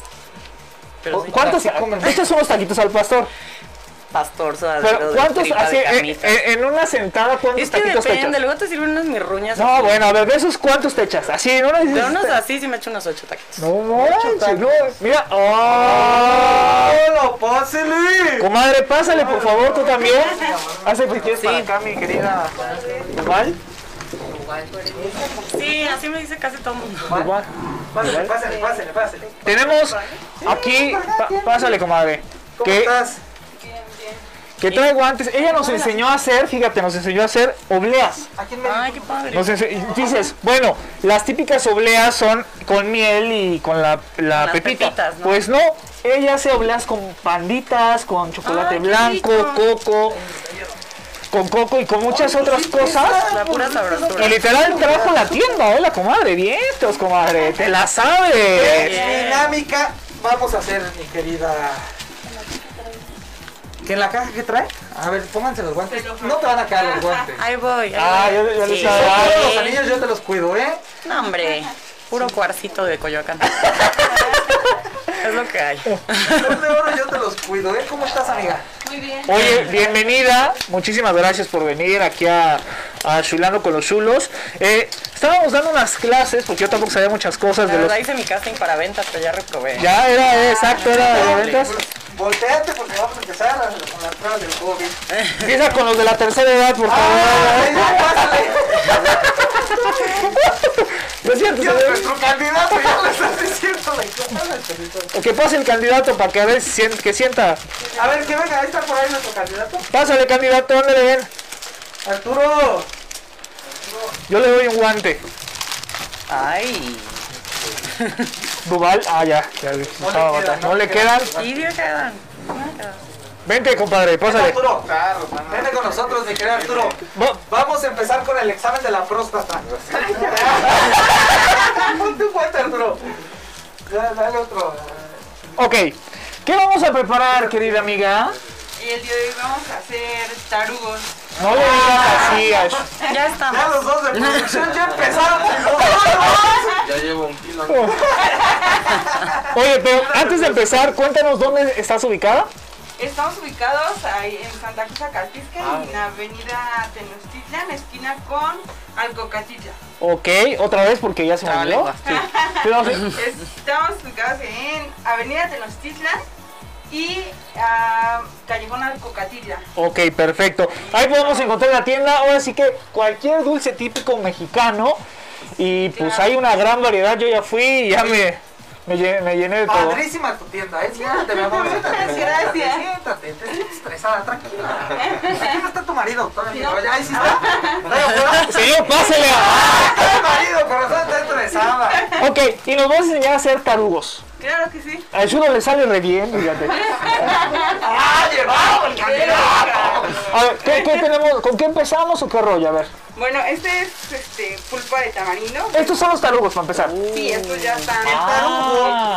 Speaker 13: Oh, Pero sí,
Speaker 5: ¿Cuántos?
Speaker 2: sí comen.
Speaker 5: Estos son los taquitos al pastor.
Speaker 13: pastor
Speaker 5: Pero
Speaker 13: suadero de
Speaker 5: ¿cuántos?
Speaker 13: tripa
Speaker 5: Así,
Speaker 13: de
Speaker 5: en,
Speaker 13: camisa.
Speaker 5: en- en una sentada, ¿cuántos
Speaker 13: es que
Speaker 5: eh, taquitos te echas?
Speaker 13: depende, luego te sirven unas mirruñas.
Speaker 5: No,
Speaker 13: así.
Speaker 5: bueno, a ver, de esos, ¿cuántos te echas? Así, en una
Speaker 13: De unos
Speaker 5: sentada.
Speaker 13: así sí me echo unos ocho taquitos.
Speaker 5: No manches, no. Mira. ¡Oh!
Speaker 2: ¡Hola, pásele!
Speaker 5: Comadre, pásale, por favor, tú también. Hace que quieres para acá, mi querida. ¿Igual?
Speaker 13: Sí, así me dice casi todo el mundo.
Speaker 5: Igual.
Speaker 2: Pásale, pásale, pásale, pásale.
Speaker 5: Tenemos aquí, pa- pásale comadre.
Speaker 2: ¿Cómo
Speaker 5: que
Speaker 2: estás? que traigo antes, ella nos enseñó a hacer, fíjate, nos enseñó a hacer obleas.
Speaker 13: Ay, qué padre.
Speaker 2: Entonces, eh, dices, bueno, las típicas obleas son con miel y con la, la
Speaker 13: las
Speaker 2: pepita.
Speaker 13: pepitas, ¿no?
Speaker 2: Pues no, ella hace obleas con panditas, con chocolate
Speaker 13: Ay, qué
Speaker 2: blanco,
Speaker 13: rico.
Speaker 2: coco, con coco y con muchas otras cosas.
Speaker 13: Ah, La
Speaker 5: pues,
Speaker 13: pura sabrosura.
Speaker 2: Y literal trajo la tienda, ¿eh? La comadre, vientos, comadre, te la
Speaker 8: ¿Qué
Speaker 2: sabes.
Speaker 8: dinámica vamos a hacer, mi querida? ¿Que en la caja que trae? A ver, pónganse los guantes. No te van a caer los guantes.
Speaker 13: Ahí voy. ahí
Speaker 8: Ah,
Speaker 13: voy.
Speaker 8: yo, yo les
Speaker 13: Sí.
Speaker 8: hago. Todos los anillos yo te los cuido, ¿eh?
Speaker 13: No, hombre. Puro cuarcito de
Speaker 5: (laughs)
Speaker 13: Coyoacán. es lo que hay.
Speaker 8: Los de oro yo te los cuido, ¿eh? ¿Cómo estás, amiga?
Speaker 14: Muy bien.
Speaker 2: Oye, bienvenida, muchísimas gracias por venir aquí a, a Chulando con los Chulos. Eh, estábamos dando unas clases, porque yo tampoco sabía muchas cosas
Speaker 13: La
Speaker 2: de los...
Speaker 13: verdad hice mi casting para ventas, pero ya reprobé.
Speaker 2: Ya era, eh, exacto, era de
Speaker 13: Dale.
Speaker 2: ventas.
Speaker 8: Volteate porque vamos a empezar a- con las pruebas del COVID.
Speaker 2: Empieza con los de la tercera edad, por Ah. favor. Lo siento,
Speaker 8: Yo
Speaker 2: señor.
Speaker 8: nuestro candidato ya le estás diciendo la cosa.
Speaker 2: O Que pase el candidato para que a ver si sien- que sienta.
Speaker 8: (laughs) A ver, que venga, ahí está por ahí nuestro candidato.
Speaker 2: Pásale, candidato, ¿dónde le ven?
Speaker 8: Arturo.
Speaker 2: Yo le doy un guante.
Speaker 13: Ay.
Speaker 2: Duval, ah, ya, ya vi, me estaba matando. No le quedan.
Speaker 13: Sí, sí, quedan.
Speaker 2: Vente, compadre, pásale.
Speaker 8: Arturo, vente con nosotros, mi querido Arturo. Vamos a empezar con el examen de la próstata. Ponte un guante, Arturo. Ya, Dale otro.
Speaker 2: Ok, ¿qué vamos a preparar, querida amiga?
Speaker 14: Y el día de hoy vamos a hacer tarugos.
Speaker 2: No le digas así,
Speaker 14: Ya estamos.
Speaker 8: Ya los dos de producción ya empezaron.
Speaker 6: Ya llevo un kilo.
Speaker 2: Oye, pero antes de empezar, cuéntanos dónde estás ubicada.
Speaker 14: Estamos ubicados ahí en Santa Cruz Acalpisca,
Speaker 13: Ah,
Speaker 14: en la avenida Tenochtitlan, esquina con Alcocatitla.
Speaker 2: Ok, otra vez porque ya se me olvidó. Pero,
Speaker 14: Estamos ubicados en avenida Tenochtitlan y ah, callejón Alcocatitla.
Speaker 2: Ok, perfecto. Ahí podemos encontrar la tienda. Ahora sí que cualquier dulce típico mexicano. Y pues hay una gran variedad. Yo ya fui y ya me, me, lle- me llené de todo.
Speaker 8: Ah,
Speaker 2: (laughs)
Speaker 8: Padrísima tu tienda, ¿eh? Siéntate, mi amor. Siéntate,
Speaker 14: Gracias.
Speaker 8: siéntate, Siéntate, te sientes estresada, tranquila. Aquí no está tu marido. Todavía
Speaker 14: No.
Speaker 8: no. Ahí sí está.
Speaker 2: Señor, pásele.
Speaker 8: Está tu marido, pero no está estresada.
Speaker 2: Ok, y nos vas a enseñar a hacer tarugos.
Speaker 14: Claro que sí.
Speaker 2: A uno le sale re bien, fíjate.
Speaker 14: ¡Ah, llevamos el candidato!
Speaker 2: A ver, ¿qué, qué tenemos? ¿Con qué empezamos o qué rollo? A ver.
Speaker 14: Bueno, este es este, pulpa de tamarindo.
Speaker 2: Estos son los tarugos para empezar.
Speaker 14: Sí, estos ya están.
Speaker 8: El
Speaker 13: Ah.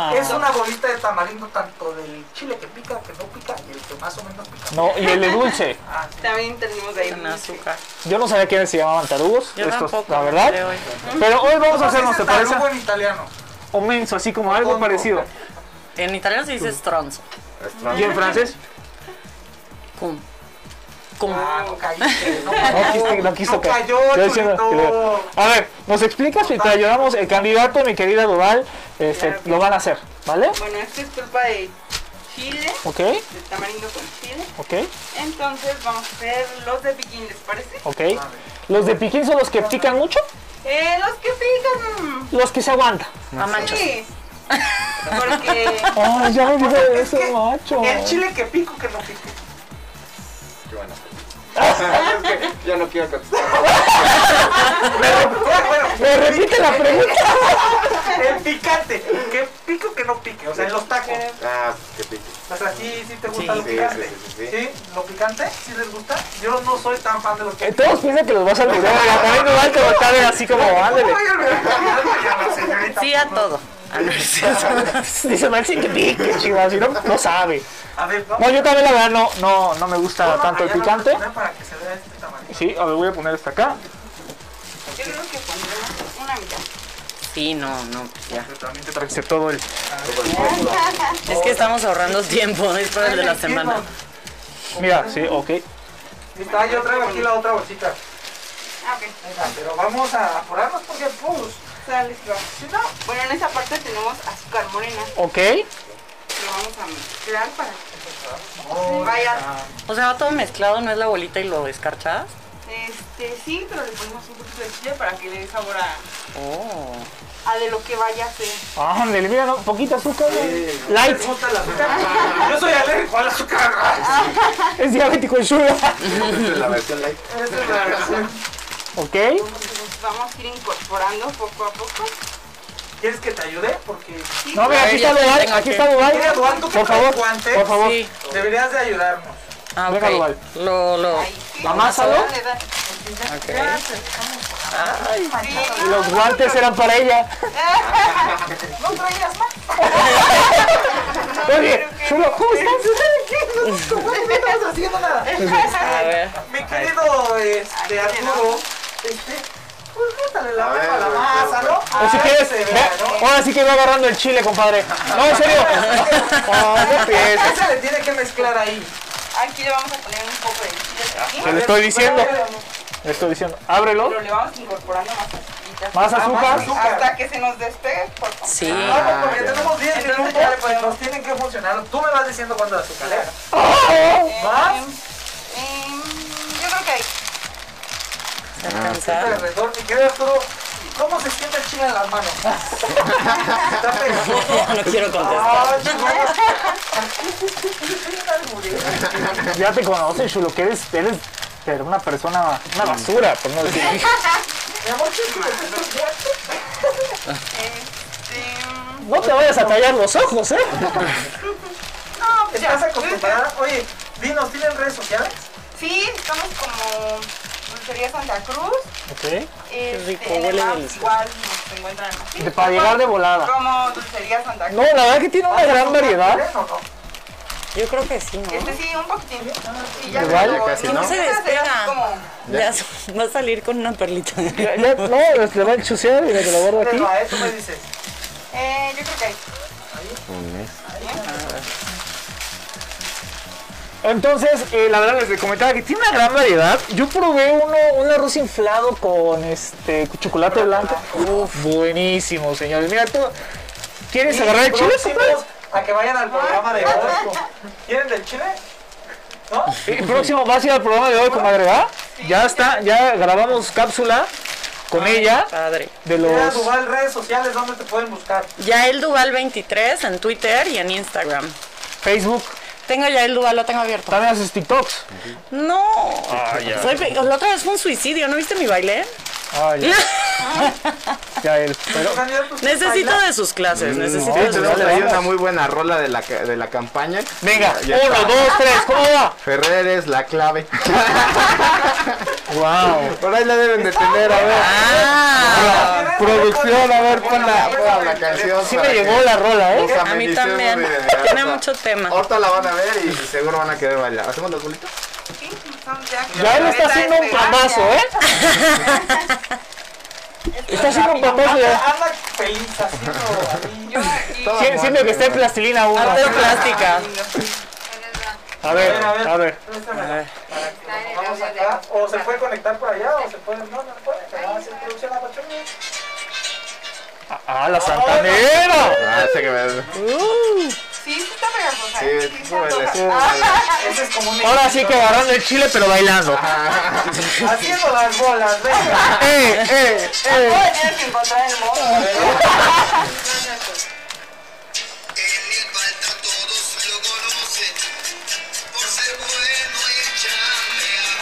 Speaker 8: tarugo es
Speaker 14: Son-
Speaker 8: una bolita de tamarindo tanto del chile que pica, que no pica y el que más o menos pica.
Speaker 2: No, y el de dulce.
Speaker 14: También tenemos ahí un azúcar.
Speaker 2: Yo no sabía quiénes se llamaban tarugos.
Speaker 14: Yo
Speaker 2: estos,
Speaker 14: tampoco,
Speaker 2: la verdad.
Speaker 14: creo, ¿eh?
Speaker 2: Pero hoy vamos a hacernos,
Speaker 8: se
Speaker 2: ¿te parece?
Speaker 8: tarugo en italiano.
Speaker 2: O menso, así como algo parecido.
Speaker 13: En italiano se dice stronzo.
Speaker 2: ¿Y en francés?
Speaker 13: Cum. Cum.
Speaker 8: Ah, no caíste, no
Speaker 2: No
Speaker 8: cayó.
Speaker 2: quiste- no quiso
Speaker 8: No
Speaker 2: caer.
Speaker 8: cayó,
Speaker 2: Yo diciendo que le-
Speaker 8: Chulito.
Speaker 2: A ver, nos explicas y te ayudamos. El candidato, mi querida Duval, este, lo van a hacer, ¿vale?
Speaker 14: Bueno, esta es pulpa de chile,
Speaker 2: Ok,
Speaker 14: de tamarindo con chile.
Speaker 2: ok,
Speaker 14: Entonces vamos a hacer los de piquín, ¿les parece?
Speaker 2: ok. ¿Los de piquín son los que pican mucho?
Speaker 14: Eh, los que pican.
Speaker 2: Los que se aguantan.
Speaker 14: Sí. Porque
Speaker 2: Ay, ya me olvidé de eso, macho.
Speaker 8: El chile que pico, que no pica.
Speaker 6: (laughs) Ya no quiero contestar.
Speaker 2: ¿Me repite la pregunta?
Speaker 8: El picante, que pico, que no pique. O sea, en los tacos.
Speaker 6: Ah, qué pique.
Speaker 8: O sea, sí, sí te gusta
Speaker 6: Sí.
Speaker 8: lo
Speaker 6: Sí,
Speaker 8: picante.
Speaker 6: sí, sí,
Speaker 8: Sí, lo picante, sí les gusta. Yo no soy tan fan de los
Speaker 2: Eh, Todos piensan que los vas a olvidar. La Karen Duval te va a estar así (laughs) como, ándale.
Speaker 13: Sí, a todo.
Speaker 2: Dice Maxi que pique, chivas, y no, no sabe.
Speaker 8: A ver, vamos.
Speaker 2: No, yo también la verdad no, no, no me gusta
Speaker 8: Vamos
Speaker 2: tanto el
Speaker 8: allá, lo
Speaker 2: picante.
Speaker 8: voy a poner Para que se vea este tamaño.
Speaker 2: Sí, a ver, voy a poner esta acá.
Speaker 14: yo creo que pondremos una mitad.
Speaker 13: Sí, no, no, pues ya.
Speaker 2: También te trajiste todo el...
Speaker 13: Es que estamos ahorrando tiempo, es para el de la semana.
Speaker 2: Mira, sí, ok.
Speaker 8: Está, yo traigo aquí la otra bolsita.
Speaker 14: Ah, ok.
Speaker 8: Venga, pero vamos a apurarnos porque, pues,
Speaker 14: Sale, que vamos. Si no, bueno, en esa parte tenemos azúcar morena.
Speaker 2: Ok.
Speaker 14: Lo vamos a mezclar para que vaya.
Speaker 13: O sea, va todo mezclado, no es la bolita y lo descarchas.
Speaker 14: Este, sí, pero le ponemos un poquito de chile para que le dé sabor a,
Speaker 2: Oh.
Speaker 14: a de lo que vaya a hacer.
Speaker 2: Ándale, mira, no, poquito azúcar. Light.
Speaker 9: Yo soy alérgico al azúcar.
Speaker 2: Es diabético el sugar.
Speaker 6: La versión light.
Speaker 14: Esa es la razón.
Speaker 2: ¿Ok?
Speaker 14: Nos vamos a ir incorporando poco a poco.
Speaker 9: ¿Quieres que te ayude? Porque...
Speaker 2: No, mira, aquí está Duval, aquí está Duval.
Speaker 9: Mira, Duval, tú que ¿eh?
Speaker 2: Por favor,
Speaker 9: traes guantes,
Speaker 2: por favor.
Speaker 9: sí, Deberías de ayudarnos.
Speaker 13: Ah,
Speaker 2: Venga,
Speaker 13: ok.
Speaker 2: Duval.
Speaker 13: Lo, lo.
Speaker 2: Amásalo. Y los guantes eran para ella.
Speaker 14: No traigas más.
Speaker 2: Oye, chulo, ¿cómo
Speaker 9: estás? (laughs) No estás haciendo nada.
Speaker 14: A ver.
Speaker 9: Mi querido este, Arturo, este, pues métale la mano a la masa, ¿no?
Speaker 2: O si
Speaker 9: Ahí
Speaker 2: quieres,
Speaker 9: se
Speaker 2: ve-
Speaker 9: vea, ¿no?
Speaker 2: ahora sí que va agarrando el chile, compadre. No, en
Speaker 9: (laughs)
Speaker 2: serio. Oh, no
Speaker 9: ¿Qué
Speaker 2: pienses.
Speaker 9: se le tiene que mezclar ahí?
Speaker 14: Aquí le vamos a poner un poco de chile. aquí.
Speaker 2: Te lo estoy diciendo. Le estoy diciendo, ábrelo.
Speaker 14: Pero le vamos incorporando más azucaritas.
Speaker 9: Ah,
Speaker 2: ¿Más azúcar?
Speaker 14: Hasta que se nos despegue, por favor.
Speaker 2: Sí.
Speaker 9: Vamos, porque
Speaker 2: ya.
Speaker 9: tenemos 10
Speaker 14: Entonces
Speaker 9: minutos
Speaker 14: ya le podemos-
Speaker 9: y nos tienen que funcionar. Tú me vas diciendo cuándo la azúcar, ¿eh?
Speaker 14: Eh,
Speaker 9: ¿Más?
Speaker 14: eh, yo creo que ahí.
Speaker 9: Está alrededor, mi querido Arturo. ¿Cómo se siente el chile en las
Speaker 14: (laughs)
Speaker 9: manos? Está pegajoso.
Speaker 13: No quiero
Speaker 9: Ah,
Speaker 13: contestar.
Speaker 9: chingón.
Speaker 2: Ya te conoces, chulo, que eres, eres pero una persona, una basura, por no decir.
Speaker 9: Mi amor, ¿qué es lo que estás haciendo?
Speaker 2: No te vayas a tallar los ojos, ¿eh?
Speaker 14: No, pues
Speaker 9: ¿Estás
Speaker 14: ya.
Speaker 9: acostumbrada? Oye, dinos, ¿tienen redes sociales?
Speaker 14: Sí, estamos como Dulcería Santa Cruz.
Speaker 2: Ok.
Speaker 14: Este,
Speaker 2: rico,
Speaker 14: en el
Speaker 2: huele
Speaker 14: app
Speaker 2: delicioso.
Speaker 14: Igual nos encuentran así.
Speaker 2: De- para llegar de volada.
Speaker 14: Como Dulcería Santa Cruz.
Speaker 2: No, la verdad que tiene una gran variedad.
Speaker 13: Yo creo que sí, ¿no?
Speaker 14: Este sí, un poquitín. Y ya
Speaker 2: Igual,
Speaker 14: cuando-
Speaker 2: casi, ¿no?
Speaker 13: No se
Speaker 14: empiezas a hacer así
Speaker 13: despega.
Speaker 14: como-
Speaker 13: Ya (laughs) va a salir con una perlita.
Speaker 2: Ya- ya- no, les- le voy a chusear y te lo guardo aquí.
Speaker 9: Pero a eso me dices.
Speaker 14: Eh, yo creo que ahí.
Speaker 2: Entonces, eh, la verdad les comentaba que tiene una gran variedad. Yo probé uno, un arroz inflado con este chocolate blanco. Uf, buenísimo, señores. Mira tú. ¿Quieres
Speaker 9: Y
Speaker 2: agarrar el chile?
Speaker 9: próximos A que vayan al programa
Speaker 14: (laughs)
Speaker 9: de hoy. ¿Quieren del chile? ¿No?
Speaker 2: compadre? El próximo va a ser el programa de hoy, comadre, ¿verdad? Ya está, ya grabamos cápsula con ella
Speaker 13: Padre.
Speaker 2: de
Speaker 9: Mira,
Speaker 2: los.
Speaker 9: Duval, redes sociales, ¿dónde te pueden buscar?
Speaker 13: Yael Duval 23 en Twitter y en Instagram.
Speaker 2: Facebook.
Speaker 13: Tengo Yael Duval, lo tengo
Speaker 5: Ah,
Speaker 13: abierto.
Speaker 2: También haces TikToks.
Speaker 13: No.
Speaker 2: Ah, ya.
Speaker 13: Soy fe- la otra vez fue un suicidio, ¿no viste mi baile?
Speaker 2: Ah, ya.
Speaker 6: (laughs)
Speaker 2: ya él. Pero
Speaker 13: Necesito de sus clases, necesito de sus
Speaker 6: tenemos ahí
Speaker 13: clases.
Speaker 6: una muy buena rola de la, ca- de la campaña.
Speaker 2: Venga,
Speaker 6: Ya
Speaker 2: uno,
Speaker 6: está.
Speaker 2: dos, tres, ¿cómo va?
Speaker 6: Ferrer es la clave. (laughs)
Speaker 2: Wow.
Speaker 6: Por ahí la deben de tener, a ver.
Speaker 13: Ah.
Speaker 2: Producción, a ver, ponla.
Speaker 6: Ponla la canción.
Speaker 2: Sí me llegó la rola, ¿eh?
Speaker 13: A mí también. (laughs) Tiene mucho tema.
Speaker 6: Ahorita la van a ver y seguro van a querer bailar. ¿Hacemos las bolitas?
Speaker 2: Ya él está haciendo un pamazo,
Speaker 6: (laughs)
Speaker 2: ¿eh? Está haciendo un pamazo ya.
Speaker 9: Anda feliz haciendo ahí.
Speaker 14: (laughs)
Speaker 6: Todas
Speaker 2: Sie- Siento que
Speaker 6: muertas,
Speaker 2: está en plastilina uno.
Speaker 13: Arte plástica.
Speaker 2: A ver, a ver.
Speaker 9: Vamos acá. O se puede conectar por allá o se puede. No, no se puede. Ah, se produce la pachorra.
Speaker 2: ¡Ah, la santanera!
Speaker 6: Ah, ese que me...
Speaker 14: Sí, sí está pegajosa.
Speaker 6: Sí,
Speaker 14: ¿eh? se
Speaker 6: súbele,
Speaker 14: antoja.
Speaker 6: súbele.
Speaker 9: Ese es como un.
Speaker 2: Ahora sí que agarrando el chile, pero bailando.
Speaker 9: Haciendo las bolas, (laughs) venga.
Speaker 2: ¡Eh, eh, eh!
Speaker 14: Ahora tienes que encontrar el modo.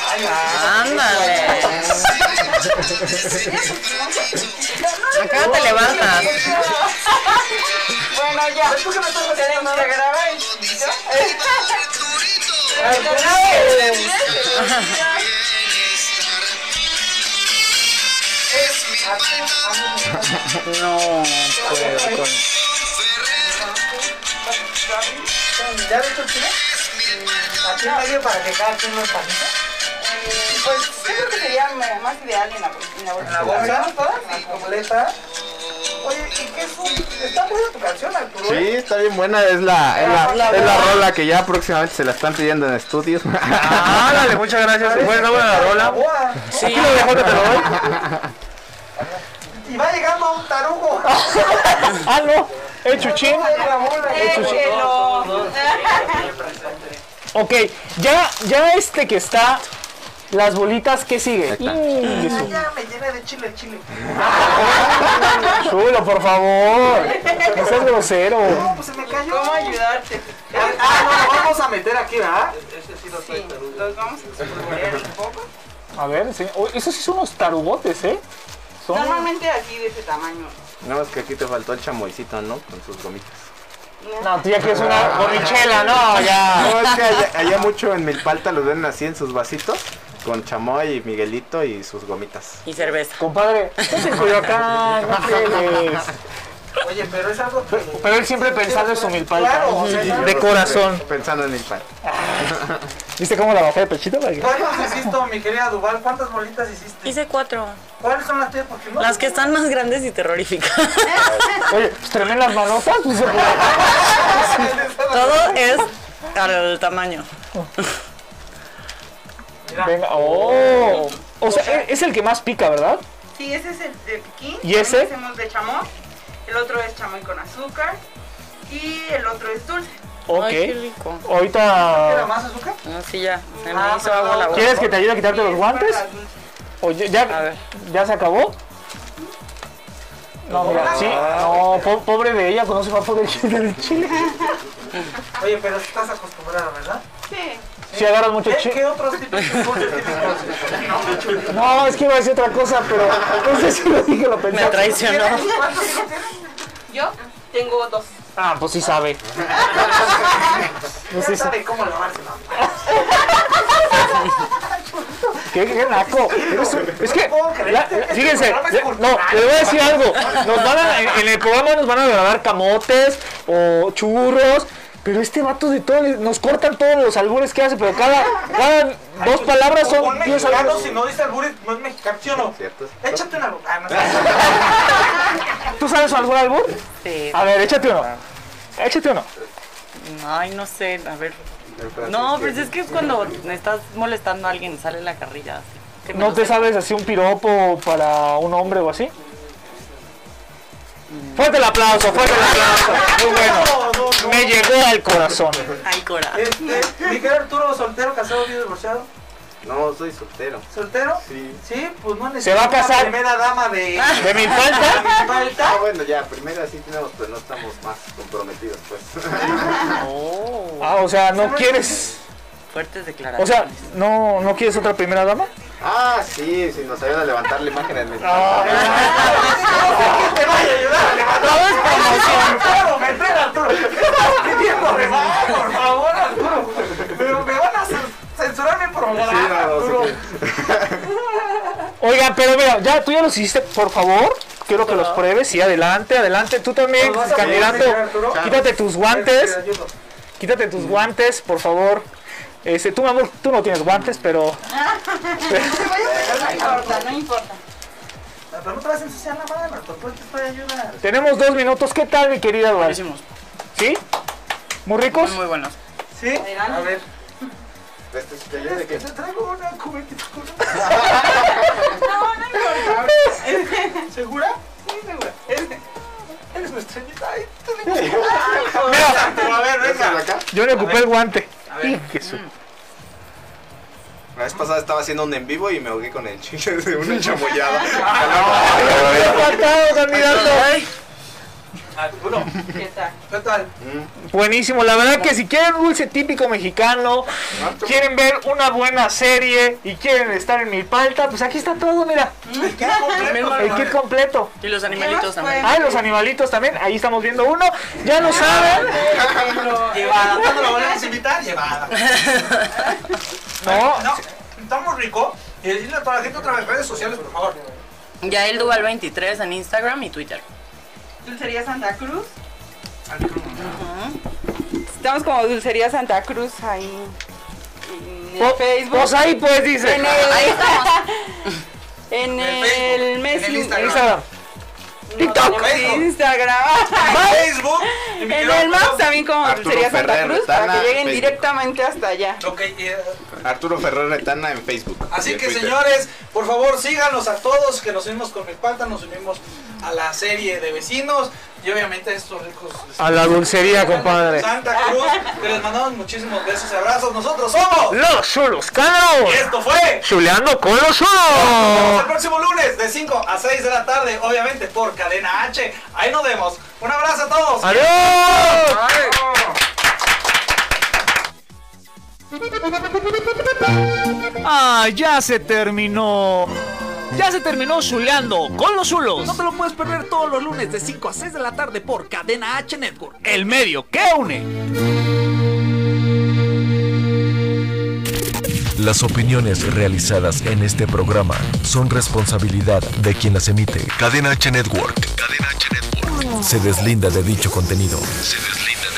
Speaker 13: Ándale. Acá te levantas.
Speaker 14: Bueno, ya. Tenemos que grabar el video. El canal de-
Speaker 2: No,
Speaker 9: ¿Ya viste el chile? Aquí en medio para que cada quien lo panique.
Speaker 14: Eh, Pues yo creo que sería me- más ideal en la en la
Speaker 9: En la
Speaker 14: bolsa.
Speaker 9: bolsa, la completa. Oye, ¿y qué es un- Está buena tu canción, Arturo. ¿eh?
Speaker 6: Sí, está bien buena, es la, es Ah, la, es la rola que ya próximamente se la están pidiendo en estudios. Ah. (laughs)
Speaker 2: Ándale, muchas gracias. Bueno, buena rola.
Speaker 9: Boa.
Speaker 2: Aquí lo dejo, te lo doy.
Speaker 9: Y va llegando un tarugo. (laughs)
Speaker 2: Ah, no, el chuchín.
Speaker 14: Déjelo.
Speaker 2: Ok, ya, ya este que está Las bolitas, ¿qué sigue? Mm,
Speaker 14: Ah,
Speaker 2: eso.
Speaker 14: ya me llena de chile el chile.
Speaker 2: Chulo, por favor. No seas grosero.
Speaker 14: No, pues se me cayó. ¿Cómo ayudarte? Ah, no, lo vamos a meter aquí, ¿verdad? sí, los vamos a exponer un poco.
Speaker 2: A ver, sí. Uy, esos sí son unos tarugotes, ¿eh? Son...
Speaker 8: Normalmente así de ese tamaño.
Speaker 6: Nada más que aquí te faltó el chamoycito, ¿no? Con sus gomitas.
Speaker 2: No, tía, que es una borrichela, no,
Speaker 6: No, es que allá,
Speaker 2: ya.
Speaker 6: allá mucho en Milpalta lo ven así en sus vasitos, con chamoy y Miguelito y sus gomitas.
Speaker 13: Y cerveza.
Speaker 2: Compadre, estás en Coyoacán, no fregues.
Speaker 14: Oye, pero es algo que...
Speaker 2: Pero él siempre pensando en su milpalta.
Speaker 14: Claro, o sea,
Speaker 2: de
Speaker 14: yo-
Speaker 2: corazón.
Speaker 6: Pensando en Milpalta.
Speaker 2: ¿Viste cómo la bajé de pechito? para que-
Speaker 14: ¿Cuántas hiciste, mi querida Duval? ¿Cuántas bolitas hiciste?
Speaker 13: Hice cuatro.
Speaker 14: ¿Cuáles son las tuyas? Porque no-
Speaker 13: Las que están más grandes y (laughs) terroríficas.
Speaker 2: Oye, pues terminan las manotas. pues,
Speaker 13: Todo es al tamaño.
Speaker 2: Venga, oh. O sea, es el que más pica, ¿verdad?
Speaker 8: Sí, ese es el de piquín.
Speaker 2: ¿Y ese?
Speaker 8: También Hacemos de chamoy. El otro es chamoy con azúcar. Y el otro es dulce.
Speaker 2: Ok.
Speaker 8: Ay, qué
Speaker 2: Ahorita.
Speaker 8: más azúcar?
Speaker 13: No, sí, ya. Se me
Speaker 8: Ah,
Speaker 13: hizo agua la boca.
Speaker 2: ¿Quieres que te ayude a quitarte los guantes? ¿O ya, ya, ya se acabó? No, mira, sí. No, po- pobre de ella, conoce más poder del chile.
Speaker 14: Oye, pero estás acostumbrada, ¿verdad?
Speaker 8: Sí.
Speaker 2: Si agarras mucho
Speaker 14: ¿Qué,
Speaker 2: chile.
Speaker 14: ¿Qué otros tipos de dulces
Speaker 6: (laughs)
Speaker 14: tienes? No,
Speaker 2: No, es que iba a decir otra cosa, pero no sé si lo dije, lo pensé.
Speaker 8: ¿Cuántos hijos tienes? Yo tengo dos.
Speaker 2: Ah, pues sí sabe.
Speaker 14: ya sabe cómo lavarse, ¿no?
Speaker 2: ¿Qué, qué naco? Eres un- Es que, la-
Speaker 14: creer.
Speaker 2: la- fíjense,
Speaker 14: Este programa es
Speaker 2: le- no,
Speaker 14: cultural.
Speaker 2: le voy a decir algo. Nos van a- en, en el programa nos van a grabar camotes o churros, pero este vato de todo, le- nos cortan todos los albures que hace, pero cada, cada dos palabras
Speaker 14: Un
Speaker 2: son 10
Speaker 14: mexicano,
Speaker 2: albures.
Speaker 14: si no dice albures, no es mexicano, ¿sí o no? Échate una albur. Ah, no.
Speaker 2: ¿Tú sabes algún albur?
Speaker 13: Sí.
Speaker 2: A ver, échate uno. Échate uno.
Speaker 13: Ay, no sé, a ver. No, pues es que es cuando me estás molestando a alguien, sale la carrilla. así. Que me
Speaker 2: ¿No
Speaker 13: lo
Speaker 2: te
Speaker 13: sé.
Speaker 2: sabes así un piropo para un hombre o así? Fuerte el aplauso, fuerte el aplauso. Muy bueno. Me llegó al corazón.
Speaker 13: Ay, cora.
Speaker 14: Este, mi querido Arturo, soltero, casado, viudo, divorciado.
Speaker 6: No, soy soltero.
Speaker 14: ¿Soltero? Sí. Sí, pues no
Speaker 6: ¿Se va a
Speaker 14: necesito una
Speaker 6: casar?
Speaker 14: primera dama de...
Speaker 6: (laughs) ¿De mi
Speaker 14: falta? ¿De mi falta?
Speaker 6: Ah, bueno, ya, primera sí tenemos, pero no estamos más comprometidos, pues. (laughs)
Speaker 2: Ah, o sea, no quieres.
Speaker 13: Fuertes
Speaker 2: O
Speaker 13: declaraciones.
Speaker 2: sea, no, no quieres otra primera dama.
Speaker 6: Ah, sí, si nos ayuda a levantar la imagen del
Speaker 14: te vaya a ayudar a levantar?
Speaker 2: Todo es promoción.
Speaker 14: Claro, meter Arturo. Estás pidiendo rebaja, por favor, Arturo. Pero me van a cen- censurar mi programa, Arturo.
Speaker 2: Oigan, pero mira, ya tú ya los hiciste, por favor. Quiero que los pruebes y adelante, adelante. Tú también,
Speaker 14: ¿Los vas a
Speaker 2: candidato.
Speaker 14: poder, Arturo?
Speaker 2: Quítate tus guantes.
Speaker 14: Te ayudo.
Speaker 2: Quítate tus guantes, por favor. Este, tú, mi amor, tú no tienes guantes, pero
Speaker 8: No importa, no importa.
Speaker 14: Pero no te vas a ensuciar la mano, Arturo. Pues te estoy ayudando.
Speaker 2: tenemos dos minutos. ¿Qué tal, mi querida Dual? ¿Sí? ¿Muy ricos?
Speaker 13: Muy buenos.
Speaker 14: ¿Sí? A ver.
Speaker 6: ayude, Este, ¿qué?
Speaker 14: Te traigo una cubetita (laughs) con
Speaker 8: No, no importa.
Speaker 14: Este, ¿Segura? Sí, segura. Este, Eres nuestra invitada. Ay, tú le- Ay, joder, Arturo, a ver, venga.
Speaker 2: Yo le ocupé el guante.
Speaker 6: La vez pasada estaba haciendo un en vivo y me ahogué con el chile de una chamoyada.
Speaker 5: Ah,
Speaker 2: Apartado, candidato.
Speaker 14: Arturo,
Speaker 8: ¿qué tal?
Speaker 14: ¿Qué tal?
Speaker 2: Buenísimo, la verdad que si quieren dulce típico mexicano, quieren ver una buena serie y quieren estar en mi palta, pues aquí está todo, mira. El kit completo.
Speaker 13: Y los animalitos también.
Speaker 2: Ah, los animalitos también, ahí estamos viendo uno, ya lo saben.
Speaker 14: Llevada, ¿cuándo la volvemos a invitar? Llevada.
Speaker 2: No,
Speaker 14: No, estamos rico. Y decirle a toda la gente otra vez, redes sociales, por favor.
Speaker 13: Yael Duval 23 en Instagram y Twitter.
Speaker 8: Dulcería Santa Cruz. Estamos como Dulcería Santa Cruz ahí. En el
Speaker 2: Po-
Speaker 8: Facebook.
Speaker 2: pues ahí, pues, dice.
Speaker 8: En el,
Speaker 5: Eh,
Speaker 2: Ahí
Speaker 8: En el Messenger.
Speaker 2: Instagram.
Speaker 8: TikTok. Instagram.
Speaker 14: Facebook.
Speaker 8: En el Maps también como
Speaker 14: Arturo
Speaker 8: Dulcería Santa
Speaker 14: Ferrer,
Speaker 8: Cruz
Speaker 14: Retana,
Speaker 8: para que lleguen
Speaker 14: Facebook.
Speaker 8: directamente hasta allá.
Speaker 14: Ok, eh,
Speaker 15: Arturo Ferrer Retana en Facebook. y
Speaker 2: Así
Speaker 15: en
Speaker 2: que
Speaker 15: Twitter.
Speaker 2: señores, por favor síganos a todos que nos unimos con Mespalta, nos unimos a la serie de vecinos y obviamente a estos ricos.
Speaker 5: A la dulcería, compadre.
Speaker 2: Santa Cruz, que les mandamos muchísimos besos y abrazos. Nosotros somos
Speaker 5: Los chulos caros.
Speaker 2: Y esto fue
Speaker 5: Chuleando con los
Speaker 2: Nos vemos
Speaker 5: chulos.
Speaker 2: el próximo lunes de 5 a 6 de la tarde, obviamente por Cadena H. Ahí nos vemos. Un abrazo a todos.
Speaker 5: Adiós.
Speaker 3: ¡Ah, ya se terminó! Ya se terminó chuleando con los zulos.
Speaker 16: No te lo puedes perder todos los lunes de 5 a 6 de la tarde por Cadena H Network.
Speaker 3: El medio que une.
Speaker 1: Las opiniones realizadas en este programa son responsabilidad de quien las emite. Cadena H Network. Cadena H Network. Se deslinda de dicho contenido.
Speaker 17: Se deslinda